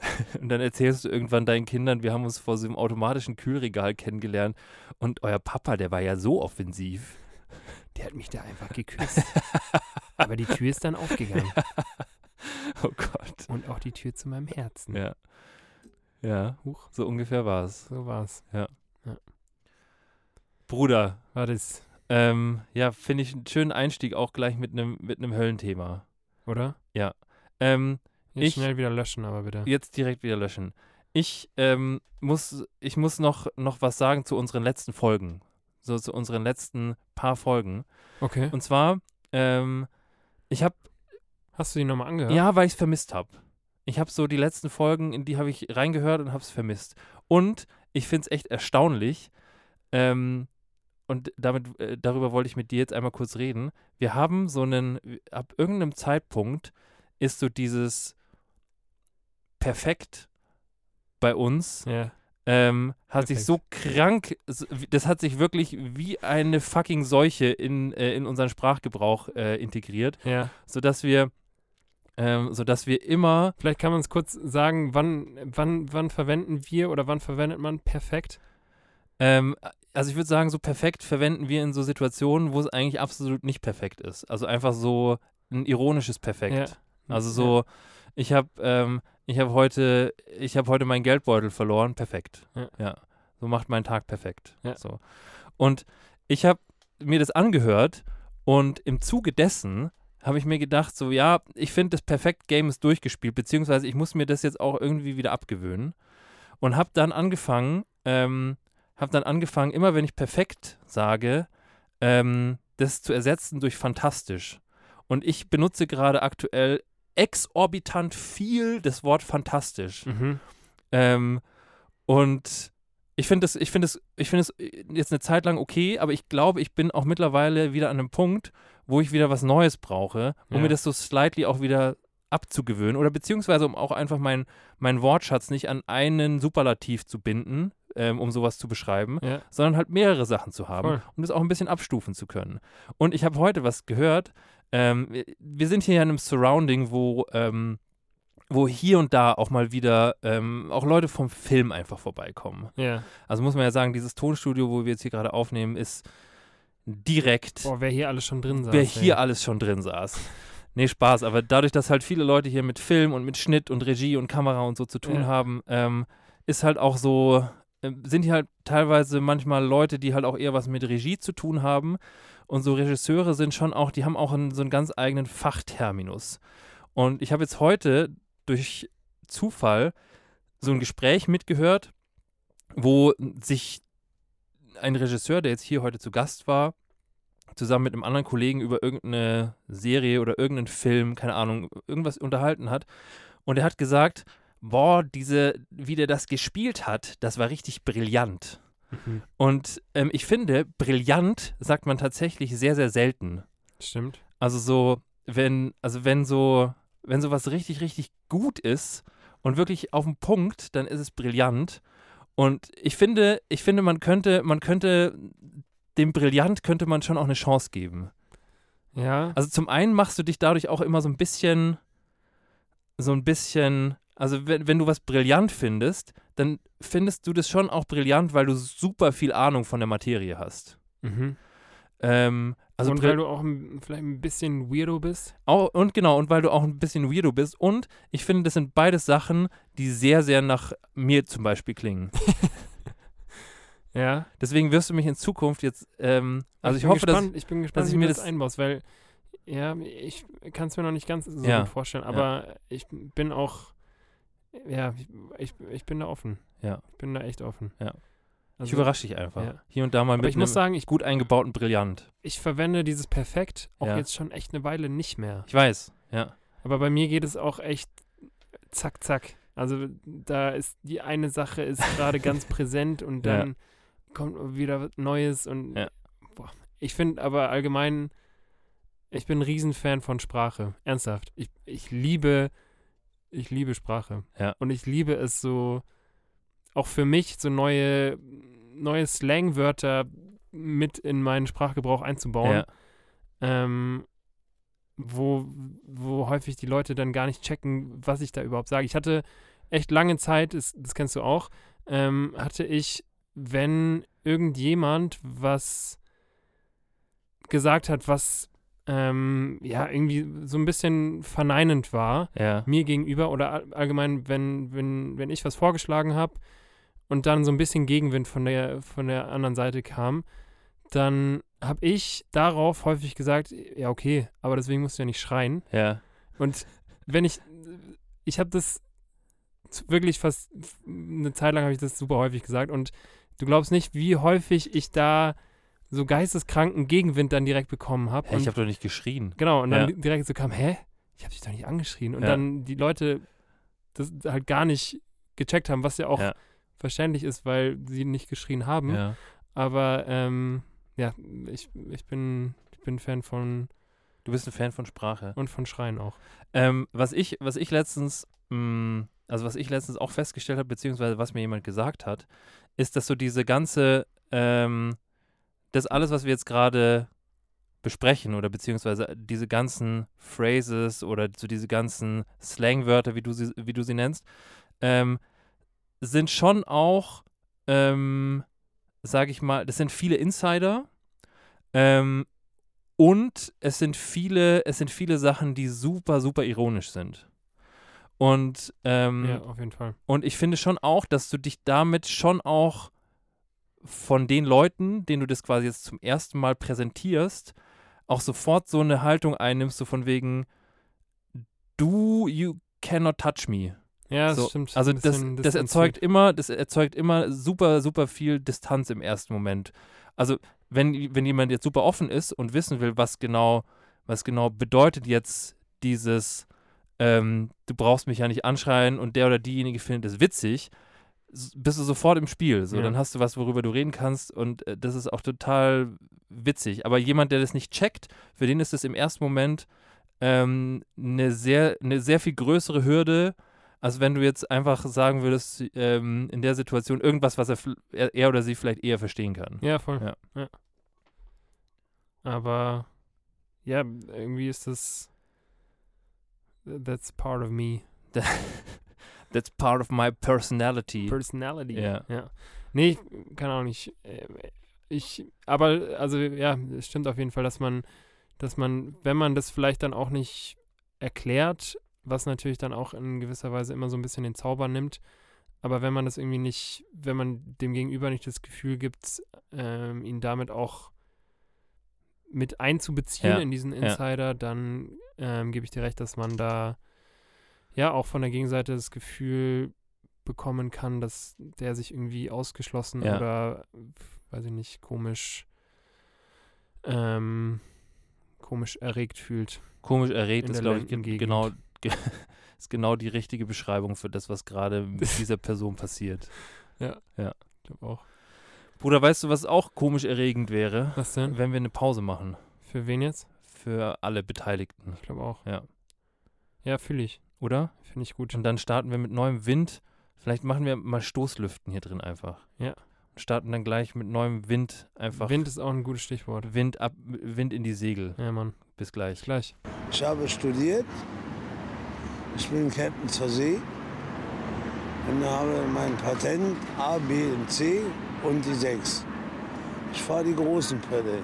Speaker 2: Und dann erzählst du irgendwann deinen Kindern, wir haben uns vor so einem automatischen Kühlregal kennengelernt und euer Papa, der war ja so offensiv.
Speaker 3: Der hat mich da einfach geküsst. Aber die Tür ist dann aufgegangen.
Speaker 2: Oh Gott.
Speaker 3: Und auch die Tür zu meinem Herzen.
Speaker 2: Ja. Ja,
Speaker 3: Hm. Huch,
Speaker 2: so ungefähr war es.
Speaker 3: so war's.
Speaker 2: Bruder,
Speaker 3: War das,
Speaker 2: Ähm, ja, finde ich einen schönen Einstieg auch gleich mit einem mit einem Höllenthema.
Speaker 3: oder?
Speaker 2: Ähm,
Speaker 3: Jetzt
Speaker 2: Ich-
Speaker 3: schnell wieder löschen, aber bitte.
Speaker 2: jetzt direkt wieder löschen. Ich ähm, muss ich muss noch noch was sagen zu unseren letzten Folgen, so zu unseren letzten paar Folgen.
Speaker 3: Okay.
Speaker 2: Und zwar ähm, ich habe
Speaker 3: Hast du die nochmal
Speaker 2: ja,
Speaker 3: angehört?
Speaker 2: weil ich es vermisst habe. Ich habe so die letzten Folgen, in die habe ich reingehört und habe es vermisst. Und ich finde es echt erstaunlich. Ähm, und damit, äh, darüber wollte ich mit dir jetzt einmal kurz reden. Wir haben so einen, ab irgendeinem Zeitpunkt ist so dieses Perfekt bei uns,
Speaker 3: Ja.
Speaker 2: ähm, hat sich so krank, so- wie- das hat sich wirklich wie eine fucking Seuche in, äh, in unseren Sprachgebrauch äh, integriert,
Speaker 3: Ja.
Speaker 2: sodass wir, ähm, sodass wir immer
Speaker 3: Vielleicht kann man es kurz sagen, wann, wann, wann verwenden wir oder wann verwendet man perfekt?
Speaker 2: Ähm, also ich würde sagen, so perfekt verwenden wir in so Situationen, wo es eigentlich absolut nicht perfekt ist. Also einfach so ein ironisches Perfekt.
Speaker 3: Ja. Mhm.
Speaker 2: Also so, ich habe ähm, ich habe heute ich habe heute meinen Geldbeutel verloren, perfekt.
Speaker 3: Ja.
Speaker 2: So macht mein Tag perfekt.
Speaker 3: Ja.
Speaker 2: So. Und ich habe mir das angehört und im Zuge dessen habe ich mir gedacht, so ja, ich finde das perfekt Game ist durchgespielt, beziehungsweise ich muss mir das jetzt auch irgendwie wieder abgewöhnen und habe dann angefangen, ähm, habe dann angefangen, immer wenn ich perfekt sage, ähm, das zu ersetzen durch fantastisch. Und ich benutze gerade aktuell exorbitant viel das Wort fantastisch.
Speaker 3: Ja. Mhm.
Speaker 2: Ähm, und ich finde es, ich finde es, ich finde es jetzt eine Zeit lang okay, aber ich glaube, ich bin auch mittlerweile wieder an einem Punkt, wo ich wieder was Neues brauche, um wo
Speaker 3: Ja.
Speaker 2: mir das so slightly auch wieder abzugewöhnen oder beziehungsweise um auch einfach meinen mein Wortschatz nicht an einen Superlativ zu binden, ähm, um sowas zu beschreiben,
Speaker 3: Ja.
Speaker 2: sondern halt mehrere Sachen zu haben,
Speaker 3: Voll.
Speaker 2: um das auch ein bisschen abstufen zu können. Und ich habe heute was gehört. Ähm, wir- wir sind hier ja in einem Surrounding, wo, ähm, wo hier und da auch mal wieder ähm, auch Leute vom Film einfach vorbeikommen.
Speaker 3: Ja.
Speaker 2: Also muss man ja sagen, dieses Tonstudio, wo wir jetzt hier gerade aufnehmen, ist direkt,
Speaker 3: Boah, wer hier alles schon drin saß.
Speaker 2: wer
Speaker 3: ey.
Speaker 2: hier alles schon drin saß. Nee, Spaß, aber dadurch, dass halt viele Leute hier mit Film und mit Schnitt und Regie und Kamera und so zu tun
Speaker 3: Ja.
Speaker 2: haben, ähm, ist halt auch so, ähm, sind hier halt teilweise manchmal Leute, die halt auch eher was mit Regie zu tun haben. Und so Regisseure sind schon auch, die haben auch einen, so einen ganz eigenen Fachterminus. Und ich habe jetzt heute durch Zufall so ein Gespräch mitgehört, wo sich ein Regisseur, der jetzt hier heute zu Gast war, zusammen mit einem anderen Kollegen über irgendeine Serie oder irgendeinen Film, keine Ahnung, irgendwas unterhalten hat. Und er hat gesagt, boah, diese, wie der das gespielt hat, das war richtig brillant.
Speaker 3: Mhm.
Speaker 2: Und ähm, ich finde, brillant sagt man tatsächlich sehr, sehr selten.
Speaker 3: Stimmt.
Speaker 2: Also so, wenn, also wenn so, wenn sowas richtig, richtig gut ist und wirklich auf den Punkt, dann ist es brillant. Und ich finde, ich finde, man könnte, man könnte, dem Brillant könnte man schon auch eine Chance geben.
Speaker 3: Ja.
Speaker 2: Also zum einen machst du dich dadurch auch immer so ein bisschen, so ein bisschen, also wenn, wenn du was brillant findest, dann findest du das schon auch brillant, weil du super viel Ahnung von der Materie hast.
Speaker 3: Mhm.
Speaker 2: Ähm, also
Speaker 3: und
Speaker 2: Brill-
Speaker 3: weil du auch ein, vielleicht ein bisschen weirdo bist.
Speaker 2: Au- und genau, und weil du auch ein bisschen weirdo bist. Und ich finde, das sind beides Sachen, die sehr, sehr nach mir zum Beispiel klingen.
Speaker 3: Ja.
Speaker 2: Deswegen wirst du mich in Zukunft jetzt, ähm, also ich,
Speaker 3: bin
Speaker 2: hoffe, dass,
Speaker 3: gespannt, ich bin gespannt,
Speaker 2: dass ich
Speaker 3: wie
Speaker 2: mir
Speaker 3: du das
Speaker 2: das-
Speaker 3: einbaust, weil ja, ich kann es mir noch nicht ganz so
Speaker 2: Ja,
Speaker 3: gut vorstellen, aber ich bin auch ja, ich, ich bin da offen.
Speaker 2: Ja.
Speaker 3: Ich bin da echt offen.
Speaker 2: Ja. ich
Speaker 3: Also,
Speaker 2: überrasche dich einfach.
Speaker 3: ja.
Speaker 2: Hier und da mal
Speaker 3: aber
Speaker 2: mit
Speaker 3: ich muss
Speaker 2: einem
Speaker 3: sagen, ich,
Speaker 2: gut eingebauten Brillant.
Speaker 3: ich verwende dieses Perfekt auch
Speaker 2: Ja.
Speaker 3: jetzt schon echt eine Weile nicht mehr.
Speaker 2: Ich weiß, ja.
Speaker 3: Aber bei mir geht es auch echt zack, zack. Also da ist die eine Sache ist gerade ganz präsent und
Speaker 2: Ja.
Speaker 3: dann kommt wieder was Neues und
Speaker 2: Ja.
Speaker 3: boah. ich finde aber allgemein, ich bin ein Riesenfan von Sprache. Ernsthaft. Ich, ich liebe, ich liebe Sprache.
Speaker 2: Ja.
Speaker 3: Und ich liebe es so, auch für mich so neue, neue Slangwörter mit in meinen Sprachgebrauch einzubauen
Speaker 2: ja.
Speaker 3: ähm, wo, wo häufig die Leute dann gar nicht checken, was ich da überhaupt sage. Ich hatte echt lange Zeit, das, das kennst du auch, ähm, hatte ich, wenn irgendjemand was gesagt hat, was ähm, ja irgendwie so ein bisschen verneinend war,
Speaker 2: Ja.
Speaker 3: mir gegenüber oder all- allgemein, wenn, wenn, wenn ich was vorgeschlagen habe und dann so ein bisschen Gegenwind von der, von der anderen Seite kam, dann habe ich darauf häufig gesagt, ja, okay, aber deswegen musst du ja nicht schreien.
Speaker 2: Ja.
Speaker 3: Und wenn ich, ich habe das z- wirklich fast, eine Zeit lang habe ich das super häufig gesagt und du glaubst nicht, wie häufig ich da so geisteskranken Gegenwind dann direkt bekommen habe.
Speaker 2: Hä, ich habe doch nicht geschrien.
Speaker 3: Genau, und dann
Speaker 2: Ja.
Speaker 3: direkt so kam, hä? Ich habe dich doch nicht angeschrien. Und
Speaker 2: Ja.
Speaker 3: dann die Leute das halt gar nicht gecheckt haben, was ja auch
Speaker 2: Ja.
Speaker 3: verständlich ist, weil sie nicht geschrien haben.
Speaker 2: Ja.
Speaker 3: Aber ähm, ja, ich, ich bin ich bin Fan von
Speaker 2: Du bist ein Fan von Sprache.
Speaker 3: und von Schreien auch.
Speaker 2: Ähm, was ich, was ich letztens, mh, also was ich letztens auch festgestellt habe, beziehungsweise was mir jemand gesagt hat, ist, dass so diese ganze, ähm, das alles, was wir jetzt gerade besprechen oder beziehungsweise diese ganzen Phrases oder so diese ganzen Slangwörter, wie du sie, wie du sie nennst, ähm, sind schon auch, ähm, sage ich mal, das sind viele Insider. Ähm, und es sind viele, es sind viele Sachen, die super, super ironisch sind. Und, ähm,
Speaker 3: Ja, auf jeden Fall.
Speaker 2: und ich finde schon auch, dass du dich damit schon auch von den Leuten, denen du das quasi jetzt zum ersten Mal präsentierst, auch sofort so eine Haltung einnimmst, so von wegen, du, you cannot touch me.
Speaker 3: Ja, das
Speaker 2: so,
Speaker 3: stimmt.
Speaker 2: also
Speaker 3: Ein
Speaker 2: das,
Speaker 3: bisschen
Speaker 2: das erzeugt immer, das erzeugt immer super, super viel Distanz im ersten Moment. Also wenn, wenn jemand jetzt super offen ist und wissen will, was genau, was genau bedeutet jetzt dieses, ähm, du brauchst mich ja nicht anschreien und der oder diejenige findet es witzig, s- bist du sofort im Spiel. So,
Speaker 3: Ja.
Speaker 2: dann hast du was, worüber du reden kannst und äh, das ist auch total witzig. Aber jemand, der das nicht checkt, für den ist es im ersten Moment ähm, eine, sehr, eine sehr viel größere Hürde, als wenn du jetzt einfach sagen würdest, ähm, in der Situation irgendwas, was er, fl- er, er oder sie vielleicht eher verstehen kann.
Speaker 3: Ja, voll.
Speaker 2: Ja.
Speaker 3: Ja. Aber ja, irgendwie ist das. That's part of me.
Speaker 2: That's part of my personality.
Speaker 3: Personality.
Speaker 2: Ja.
Speaker 3: ja. Nee, ich kann auch nicht. äh, Ich, aber, also, ja, es stimmt auf jeden Fall, dass man, dass man, wenn man das vielleicht dann auch nicht erklärt, was natürlich dann auch in gewisser Weise immer so ein bisschen den Zauber nimmt, aber wenn man das irgendwie nicht, wenn man dem Gegenüber nicht das Gefühl gibt, ähm, ihn damit auch mit einzubeziehen
Speaker 2: Ja,
Speaker 3: in diesen
Speaker 2: ja.
Speaker 3: Insider, dann ähm, gebe ich dir recht, dass man da ja auch von der Gegenseite das Gefühl bekommen kann, dass der sich irgendwie ausgeschlossen
Speaker 2: Ja.
Speaker 3: oder weiß ich nicht, komisch ähm, komisch erregt fühlt.
Speaker 2: Komisch
Speaker 3: In
Speaker 2: erregt ist,
Speaker 3: der
Speaker 2: glaube ich, ge-
Speaker 3: Lendengegend.
Speaker 2: genau, ge ist genau die richtige Beschreibung für das, was gerade mit dieser Person passiert.
Speaker 3: Ich glaube auch.
Speaker 2: Bruder, weißt du, was auch komisch erregend wäre?
Speaker 3: Was denn?
Speaker 2: Wenn wir eine Pause machen.
Speaker 3: Für wen jetzt?
Speaker 2: Für alle Beteiligten,
Speaker 3: Ich glaube auch.
Speaker 2: Ja.
Speaker 3: Ja, fühle ich.
Speaker 2: oder?
Speaker 3: Finde ich gut.
Speaker 2: Und dann starten wir mit neuem Wind. Vielleicht machen wir mal Stoßlüften hier drin einfach.
Speaker 3: Ja.
Speaker 2: Und starten dann gleich mit neuem Wind einfach
Speaker 3: Wind ist auch ein gutes Stichwort.
Speaker 2: Wind, ab, Wind in die Segel.
Speaker 3: Ja, Mann.
Speaker 2: Bis
Speaker 3: Bis
Speaker 2: gleich.
Speaker 3: gleich.
Speaker 4: Ich habe studiert. Ich bin Captain zur See und habe mein Patent A, B und C und die 6. Ich fahre die großen Pferde.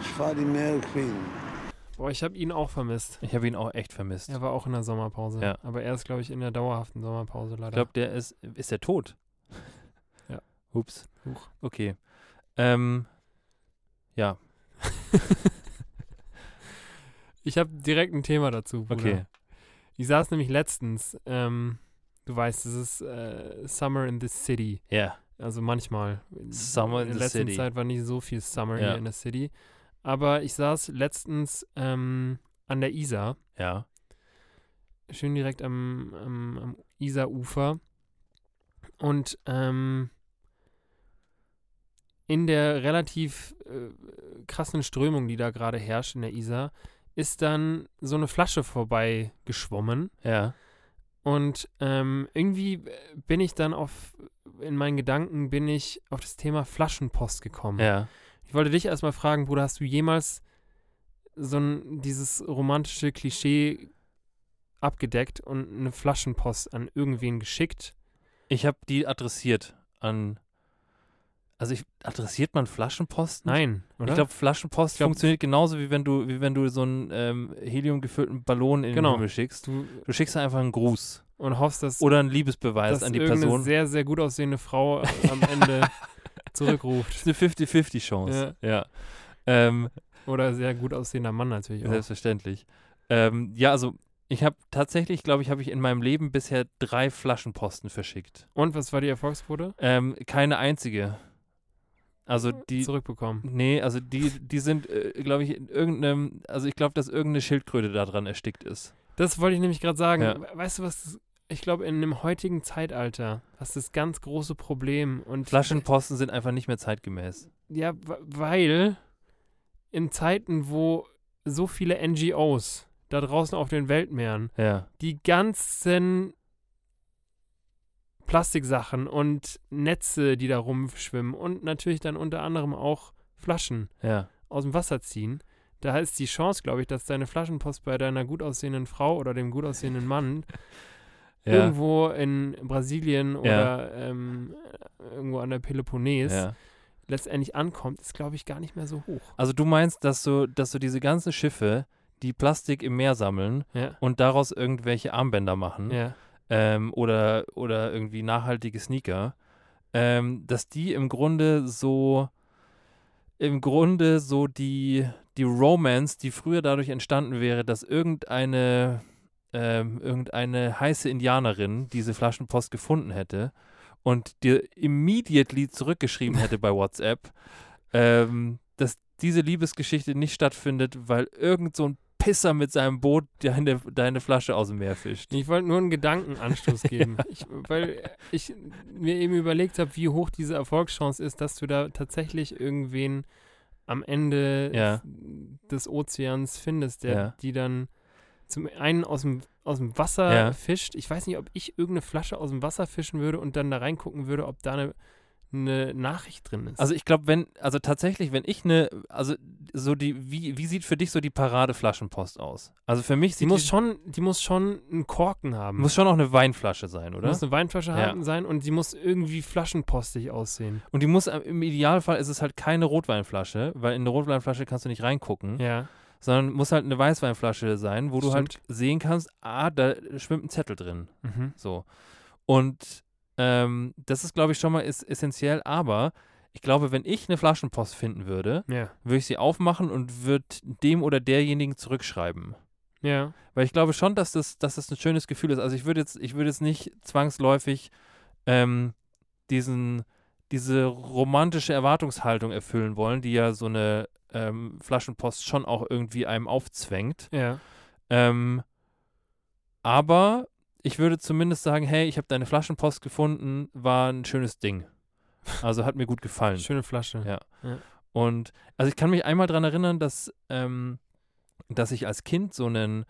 Speaker 4: Ich fahre die Mary Queen.
Speaker 3: Boah, ich habe ihn auch vermisst.
Speaker 2: Ich habe ihn auch echt vermisst.
Speaker 3: Er war auch in der Sommerpause.
Speaker 2: Ja.
Speaker 3: Aber er ist, glaube ich, in der dauerhaften Sommerpause leider.
Speaker 2: Ich glaube, der ist, ist der tot?
Speaker 3: Ja.
Speaker 2: Ups.
Speaker 3: Huch.
Speaker 2: Okay. Ähm, ja,
Speaker 3: Ich habe direkt ein Thema dazu. Bruder.
Speaker 2: okay.
Speaker 3: Ich saß nämlich letztens, ähm, du weißt, es ist äh, Summer in the City.
Speaker 2: Ja,
Speaker 3: Also manchmal.
Speaker 2: Summer in
Speaker 3: der
Speaker 2: the
Speaker 3: letzten
Speaker 2: City.
Speaker 3: Zeit war nicht so viel Summer
Speaker 2: Ja.
Speaker 3: hier in der City. Aber ich saß letztens ähm, an der Isar,
Speaker 2: ja.
Speaker 3: schön direkt am, am, am Isarufer. Und ähm, in der relativ äh, krassen Strömung, die da gerade herrscht in der Isar, ist dann so eine Flasche vorbei geschwommen.
Speaker 2: Ja.
Speaker 3: Und ähm, irgendwie äh, bin ich dann auf, in meinen Gedanken bin ich auf das Thema Flaschenpost gekommen.
Speaker 2: Ja.
Speaker 3: Ich wollte dich erstmal fragen, Bruder, hast du jemals so ein, dieses romantische Klischee abgedeckt und eine Flaschenpost an irgendwen geschickt?
Speaker 2: Ich habe die adressiert an. Also ich, adressiert man Flaschenposten?
Speaker 3: Nein, oder?
Speaker 2: Hm. Ich glaube, Flaschenpost
Speaker 3: Ich glaub-
Speaker 2: funktioniert genauso, wie wenn du, wie wenn du so einen ähm, heliumgefüllten Ballon in
Speaker 3: Genau.
Speaker 2: den Himmel schickst.
Speaker 3: du
Speaker 2: Du schickst einfach einen Gruß
Speaker 3: und hoffst, dass,
Speaker 2: oder einen Liebesbeweis
Speaker 3: dass
Speaker 2: an die
Speaker 3: irgendeine
Speaker 2: Person.
Speaker 3: sehr, sehr gut aussehende Frau am Ende zurückruft.
Speaker 2: Das ist eine 50-50-Chance. Ja. Ähm,
Speaker 3: Oder sehr gut aussehender Mann natürlich auch.
Speaker 2: Selbstverständlich. Ähm, ja, also ich habe tatsächlich, glaube ich, habe ich in meinem Leben bisher drei Flaschenposten verschickt.
Speaker 3: Und was war die Erfolgsquote?
Speaker 2: Ähm, keine einzige. Also
Speaker 3: Hm,
Speaker 2: die,
Speaker 3: Zurückbekommen.
Speaker 2: nee, also die, die sind, äh, glaube ich, in irgendeinem, also ich glaube, dass irgendeine Schildkröte daran erstickt ist.
Speaker 3: Das wollte ich nämlich gerade sagen.
Speaker 2: Ja.
Speaker 3: We- Weißt du was? das- Ich glaube, in dem heutigen Zeitalter hast du das ganz große Problem. Und
Speaker 2: Flaschenposten sind einfach nicht mehr zeitgemäß.
Speaker 3: Ja, w- weil in Zeiten, wo so viele NGOs da draußen auf den Weltmeeren
Speaker 2: Ja,
Speaker 3: die ganzen Plastiksachen und Netze, die da rumschwimmen und natürlich dann unter anderem auch Flaschen
Speaker 2: ja.
Speaker 3: aus dem Wasser ziehen. Da ist die Chance, glaube ich, dass deine Flaschenpost bei deiner gut aussehenden Frau oder dem gut aussehenden Mann
Speaker 2: Ja,
Speaker 3: irgendwo in Brasilien oder ähm, irgendwo an der Peloponnes
Speaker 2: ja.
Speaker 3: letztendlich ankommt, ist, glaube ich, gar nicht mehr so hoch.
Speaker 2: Also du meinst, dass du, dass du diese ganzen Schiffe, die Plastik im Meer sammeln
Speaker 3: Ja.
Speaker 2: und daraus irgendwelche Armbänder machen,
Speaker 3: Ja.
Speaker 2: ähm, oder, oder irgendwie nachhaltige Sneaker, ähm, dass die im Grunde so im Grunde so die, die Romance, die früher dadurch entstanden wäre, dass irgendeine, ähm, irgendeine heiße Indianerin diese Flaschenpost gefunden hätte und dir immediately zurückgeschrieben hätte bei WhatsApp, ähm, dass diese Liebesgeschichte nicht stattfindet, weil irgend so ein Pisser mit seinem Boot deine, deine Flasche aus dem Meer fischt.
Speaker 3: Ich wollte nur einen Gedankenanstoß geben, ich, weil ich mir eben überlegt habe, wie hoch diese Erfolgschance ist, dass du da tatsächlich irgendwen am Ende
Speaker 2: Ja.
Speaker 3: des Ozeans findest, der
Speaker 2: Ja.
Speaker 3: die dann zum einen aus dem, aus dem Wasser
Speaker 2: Ja.
Speaker 3: fischt. Ich weiß nicht, ob ich irgendeine Flasche aus dem Wasser fischen würde und dann da reingucken würde, ob da eine, eine Nachricht drin ist.
Speaker 2: Also ich glaube, wenn, also tatsächlich, wenn ich eine, also so die, wie, wie sieht für dich so die Parade-Flaschenpost aus? Also für mich
Speaker 3: die
Speaker 2: sieht
Speaker 3: muss schon, die muss schon einen Korken haben.
Speaker 2: muss schon auch eine Weinflasche sein, oder?
Speaker 3: muss eine Weinflasche
Speaker 2: Ja.
Speaker 3: haben sein und die muss irgendwie flaschenpostig aussehen.
Speaker 2: Und die muss, am- im Idealfall ist es halt keine Rotweinflasche, weil in eine Rotweinflasche kannst du nicht reingucken,
Speaker 3: Ja.
Speaker 2: sondern muss halt eine Weißweinflasche sein, wo du halt
Speaker 3: Stimmt.
Speaker 2: sehen kannst, ah, da schwimmt ein Zettel drin.
Speaker 3: Mhm.
Speaker 2: So. Und ähm, das ist, glaube ich, schon mal ist, essentiell, aber ich glaube, wenn ich eine Flaschenpost finden würde,
Speaker 3: Ja.
Speaker 2: würde ich sie aufmachen und würde dem oder derjenigen zurückschreiben.
Speaker 3: Ja.
Speaker 2: Weil ich glaube schon, dass das, dass das ein schönes Gefühl ist. Also ich würde jetzt, ich würde jetzt nicht zwangsläufig ähm, diesen, diese romantische Erwartungshaltung erfüllen wollen, die ja so eine ähm, Flaschenpost schon auch irgendwie einem aufzwängt.
Speaker 3: Ja.
Speaker 2: Ähm, aber ich würde zumindest sagen, hey, ich habe deine Flaschenpost gefunden, war ein schönes Ding. Also hat mir gut gefallen.
Speaker 3: Schöne Flasche.
Speaker 2: Ja. Und also ich kann mich einmal daran erinnern, dass, ähm, dass ich als Kind so einen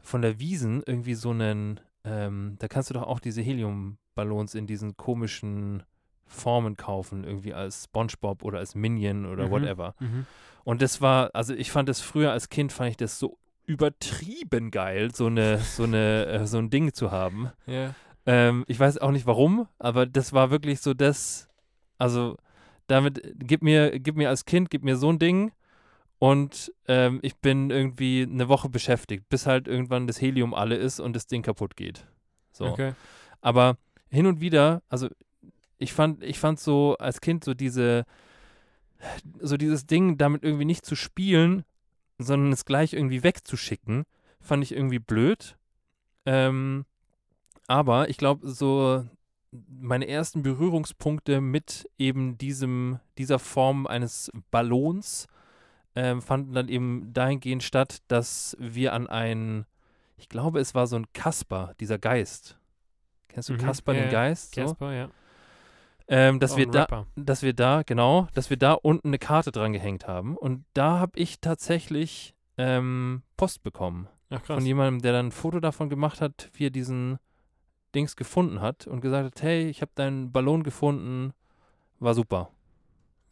Speaker 2: von der Wiesen irgendwie so einen, ähm, da kannst du doch auch diese Heliumballons in diesen komischen Formen kaufen, irgendwie als SpongeBob oder als Minion oder
Speaker 3: Mhm.
Speaker 2: whatever.
Speaker 3: Mhm.
Speaker 2: Und das war, also ich fand das früher als Kind, fand ich das so übertrieben geil, so eine, so eine, äh, so ein Ding zu haben.
Speaker 3: Ja.
Speaker 2: Ähm, ich weiß auch nicht warum, aber das war wirklich so das, also damit, äh, gib mir, gib mir als Kind, gib mir so ein Ding und ähm, ich bin irgendwie eine Woche beschäftigt, bis halt irgendwann das Helium alle ist und das Ding kaputt geht. So.
Speaker 3: Okay.
Speaker 2: Aber hin und wieder, also ich fand, ich fand so als Kind so diese, so dieses Ding, damit irgendwie nicht zu spielen, sondern es gleich irgendwie wegzuschicken, fand ich irgendwie blöd. Ähm, aber ich glaube, so meine ersten Berührungspunkte mit eben diesem, dieser Form eines Ballons ähm, fanden dann eben dahingehend statt, dass wir an einen, ich glaube, es war so ein Kasper, dieser Geist. Kennst du
Speaker 3: Mhm,
Speaker 2: Kasper,
Speaker 3: ja,
Speaker 2: den
Speaker 3: ja.
Speaker 2: Geist? So?
Speaker 3: Casper, ja.
Speaker 2: Ähm, dass
Speaker 3: Auch
Speaker 2: wir
Speaker 3: Oh, ein
Speaker 2: da,
Speaker 3: Rapper.
Speaker 2: dass wir da, genau, dass wir da unten eine Karte dran gehängt haben. Und da habe ich tatsächlich ähm, Post bekommen
Speaker 3: Ach krass.
Speaker 2: von jemandem, der dann ein Foto davon gemacht hat, wie er diesen Dings gefunden hat und gesagt hat, hey, ich habe deinen Ballon gefunden, war super.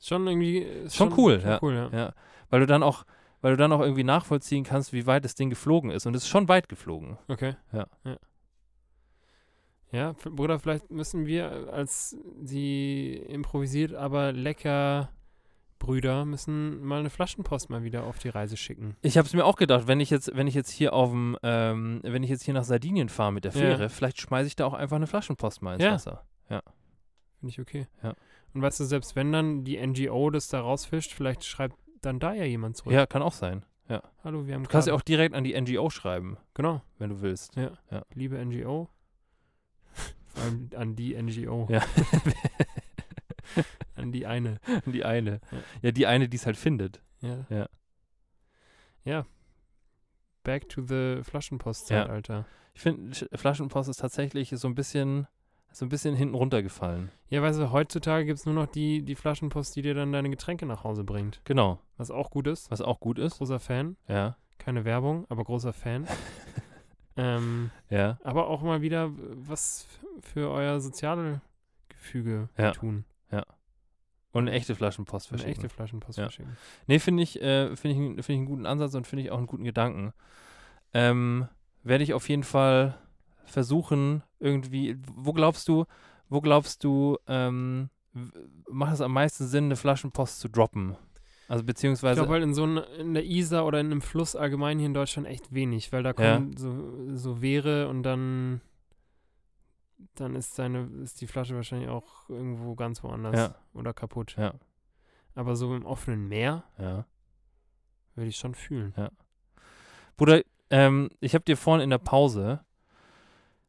Speaker 3: Schon irgendwie. äh,
Speaker 2: Schon cool, ja.
Speaker 3: cool, ja.
Speaker 2: Ja. Weil du dann auch, weil du dann auch irgendwie nachvollziehen kannst, wie weit das Ding geflogen ist. Und es ist schon weit geflogen.
Speaker 3: Okay.
Speaker 2: Ja.
Speaker 3: ja. Ja, f- Bruder, vielleicht müssen wir äh, als die improvisiert, aber lecker Brüder müssen mal eine Flaschenpost mal wieder auf die Reise schicken.
Speaker 2: Ich habe es mir auch gedacht, wenn ich jetzt, wenn ich jetzt hier auf dem, ähm, wenn ich jetzt hier nach Sardinien fahre mit der
Speaker 3: Ja.
Speaker 2: Fähre, vielleicht schmeiße ich da auch einfach eine Flaschenpost mal ins
Speaker 3: Ja.
Speaker 2: Wasser.
Speaker 3: Finde ich okay.
Speaker 2: Ja.
Speaker 3: Und weißt du, selbst wenn dann die NGO das da rausfischt, vielleicht schreibt dann da ja jemand zurück.
Speaker 2: Ja, kann auch sein.
Speaker 3: Hallo, wir haben
Speaker 2: Du kannst ja
Speaker 3: gerade-
Speaker 2: auch direkt an die NGO schreiben,
Speaker 3: Genau.
Speaker 2: wenn du willst.
Speaker 3: Liebe NGO. Vor allem an die NGO.
Speaker 2: Ja.
Speaker 3: an die eine.
Speaker 2: Die eine. Ja, die eine, die es halt findet.
Speaker 3: Ja.
Speaker 2: Ja.
Speaker 3: Ja. Back to the Flaschenpostzeit,
Speaker 2: Ja.
Speaker 3: Alter.
Speaker 2: Ich finde, Sch- Flaschenpost ist tatsächlich so ein bisschen, so ein bisschen hinten runtergefallen.
Speaker 3: Ja, weißt du, heutzutage gibt es nur noch die, die Flaschenpost, die dir dann deine Getränke nach Hause bringt.
Speaker 2: Genau.
Speaker 3: Was auch gut ist.
Speaker 2: Was auch gut ist.
Speaker 3: Großer Fan.
Speaker 2: Ja.
Speaker 3: Keine Werbung, aber großer Fan. ähm,
Speaker 2: Ja.
Speaker 3: aber auch mal wieder äh, was f- für euer soziale Gefüge
Speaker 2: Ja.
Speaker 3: tun.
Speaker 2: Und eine echte Flaschenpost
Speaker 3: Eine
Speaker 2: verschicken.
Speaker 3: echte Flaschenpost
Speaker 2: Ja.
Speaker 3: verschicken.
Speaker 2: Nee, finde ich, äh, finde ich, einen- finde ich einen guten Ansatz und finde ich auch einen guten Gedanken. Ähm, werde ich auf jeden Fall versuchen, irgendwie, wo glaubst du, wo glaubst du, ähm, w- macht es am meisten Sinn, eine Flaschenpost zu droppen? Also
Speaker 3: Ich
Speaker 2: beziehungsweise,
Speaker 3: glaube halt in so einer- in der Isar oder in einem Fluss allgemein hier in Deutschland echt wenig, weil da
Speaker 2: Ja.
Speaker 3: kommen so, so Wehre und dann, dann ist seine, ist die Flasche wahrscheinlich auch irgendwo ganz woanders
Speaker 2: Ja.
Speaker 3: oder kaputt.
Speaker 2: Ja.
Speaker 3: Aber so im offenen Meer
Speaker 2: ja.
Speaker 3: würde ich schon fühlen.
Speaker 2: Bruder, ähm, ich habe dir vorhin in der Pause,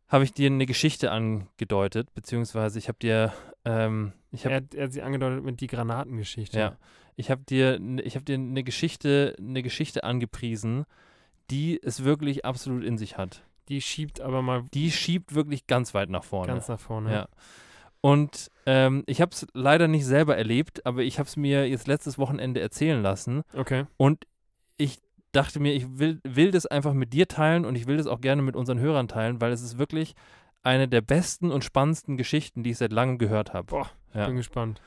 Speaker 2: habe ich dir eine Geschichte angedeutet, beziehungsweise ich habe dir, ähm, ich habe
Speaker 3: er, hat, er hat sie angedeutet mit die Granatengeschichte.
Speaker 2: Ja. Ich habe dir, ich hab dir eine Geschichte, eine Geschichte angepriesen, die es wirklich absolut in sich hat.
Speaker 3: Die schiebt aber mal
Speaker 2: Die schiebt wirklich ganz weit nach vorne.
Speaker 3: ganz nach vorne.
Speaker 2: Ja. Und ähm, ich habe es leider nicht selber erlebt, aber ich habe es mir jetzt letztes Wochenende erzählen lassen.
Speaker 3: Okay.
Speaker 2: Und ich dachte mir, ich will, will das einfach mit dir teilen und ich will das auch gerne mit unseren Hörern teilen, weil es ist wirklich eine der besten und spannendsten Geschichten, die ich seit langem gehört habe.
Speaker 3: Boah,
Speaker 2: Ja.
Speaker 3: Bin gespannt.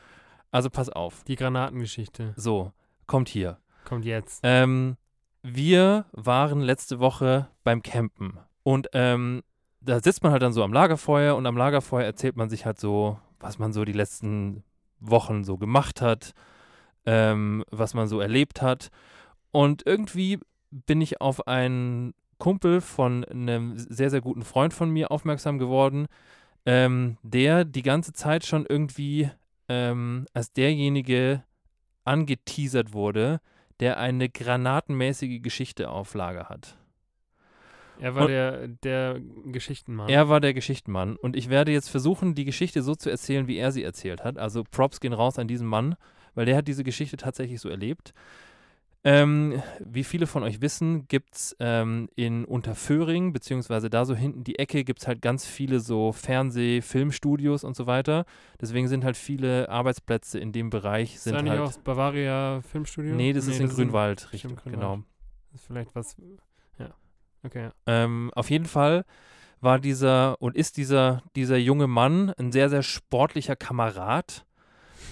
Speaker 2: Also pass auf.
Speaker 3: Die Granatengeschichte
Speaker 2: So, kommt hier.
Speaker 3: kommt jetzt.
Speaker 2: Ähm, wir waren letzte Woche beim Campen und ähm, da sitzt man halt dann so am Lagerfeuer und am Lagerfeuer erzählt man sich halt so, was man so die letzten Wochen so gemacht hat, ähm, was man so erlebt hat. Und irgendwie bin ich auf einen Kumpel von einem sehr, sehr guten Freund von mir aufmerksam geworden, ähm, der die ganze Zeit schon irgendwie ähm, als derjenige angeteasert wurde, der eine granatenmäßige Geschichte auf Lager hat.
Speaker 3: Er war
Speaker 2: Und-
Speaker 3: der, der Geschichtenmann.
Speaker 2: Er war der Geschichtenmann und ich werde jetzt versuchen, die Geschichte so zu erzählen, wie er sie erzählt hat. Also Props gehen raus an diesen Mann, weil der hat diese Geschichte tatsächlich so erlebt. Ähm, wie viele von euch wissen, gibt es ähm, in Unterföhring, beziehungsweise da so hinten die Ecke, gibt es halt ganz viele so Fernseh-, Filmstudios und so weiter. Deswegen sind halt viele Arbeitsplätze in dem Bereich
Speaker 3: ist da
Speaker 2: sind
Speaker 3: nicht
Speaker 2: halt.
Speaker 3: auch das Bavaria Filmstudio?
Speaker 2: Nee, das ist in Grünwald,
Speaker 3: stimmt,
Speaker 2: richtig,
Speaker 3: Grünwald.
Speaker 2: genau.
Speaker 3: Das ist vielleicht was. Ja. Okay. ja.
Speaker 2: Ähm, auf jeden Fall war dieser und ist dieser, dieser junge Mann ein sehr, sehr sportlicher Kamerad,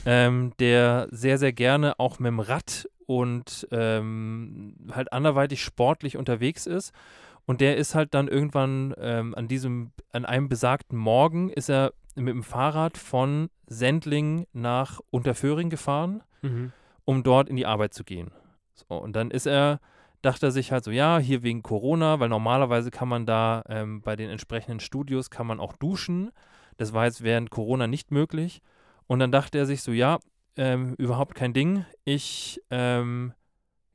Speaker 2: ähm, der sehr, sehr gerne auch mit dem Rad und ähm, halt anderweitig sportlich unterwegs ist. Und der ist halt dann irgendwann ähm, an diesem, an einem besagten Morgen ist er mit dem Fahrrad von Sendling nach Unterföhring gefahren
Speaker 3: Mhm.
Speaker 2: um dort in die Arbeit zu gehen. So, und dann ist er, dachte er sich halt so, ja, hier wegen Corona, weil normalerweise kann man da ähm, bei den entsprechenden Studios kann man auch duschen. Das war jetzt während Corona nicht möglich. Und dann dachte er sich so, ja, ähm, überhaupt kein Ding. Ich ähm,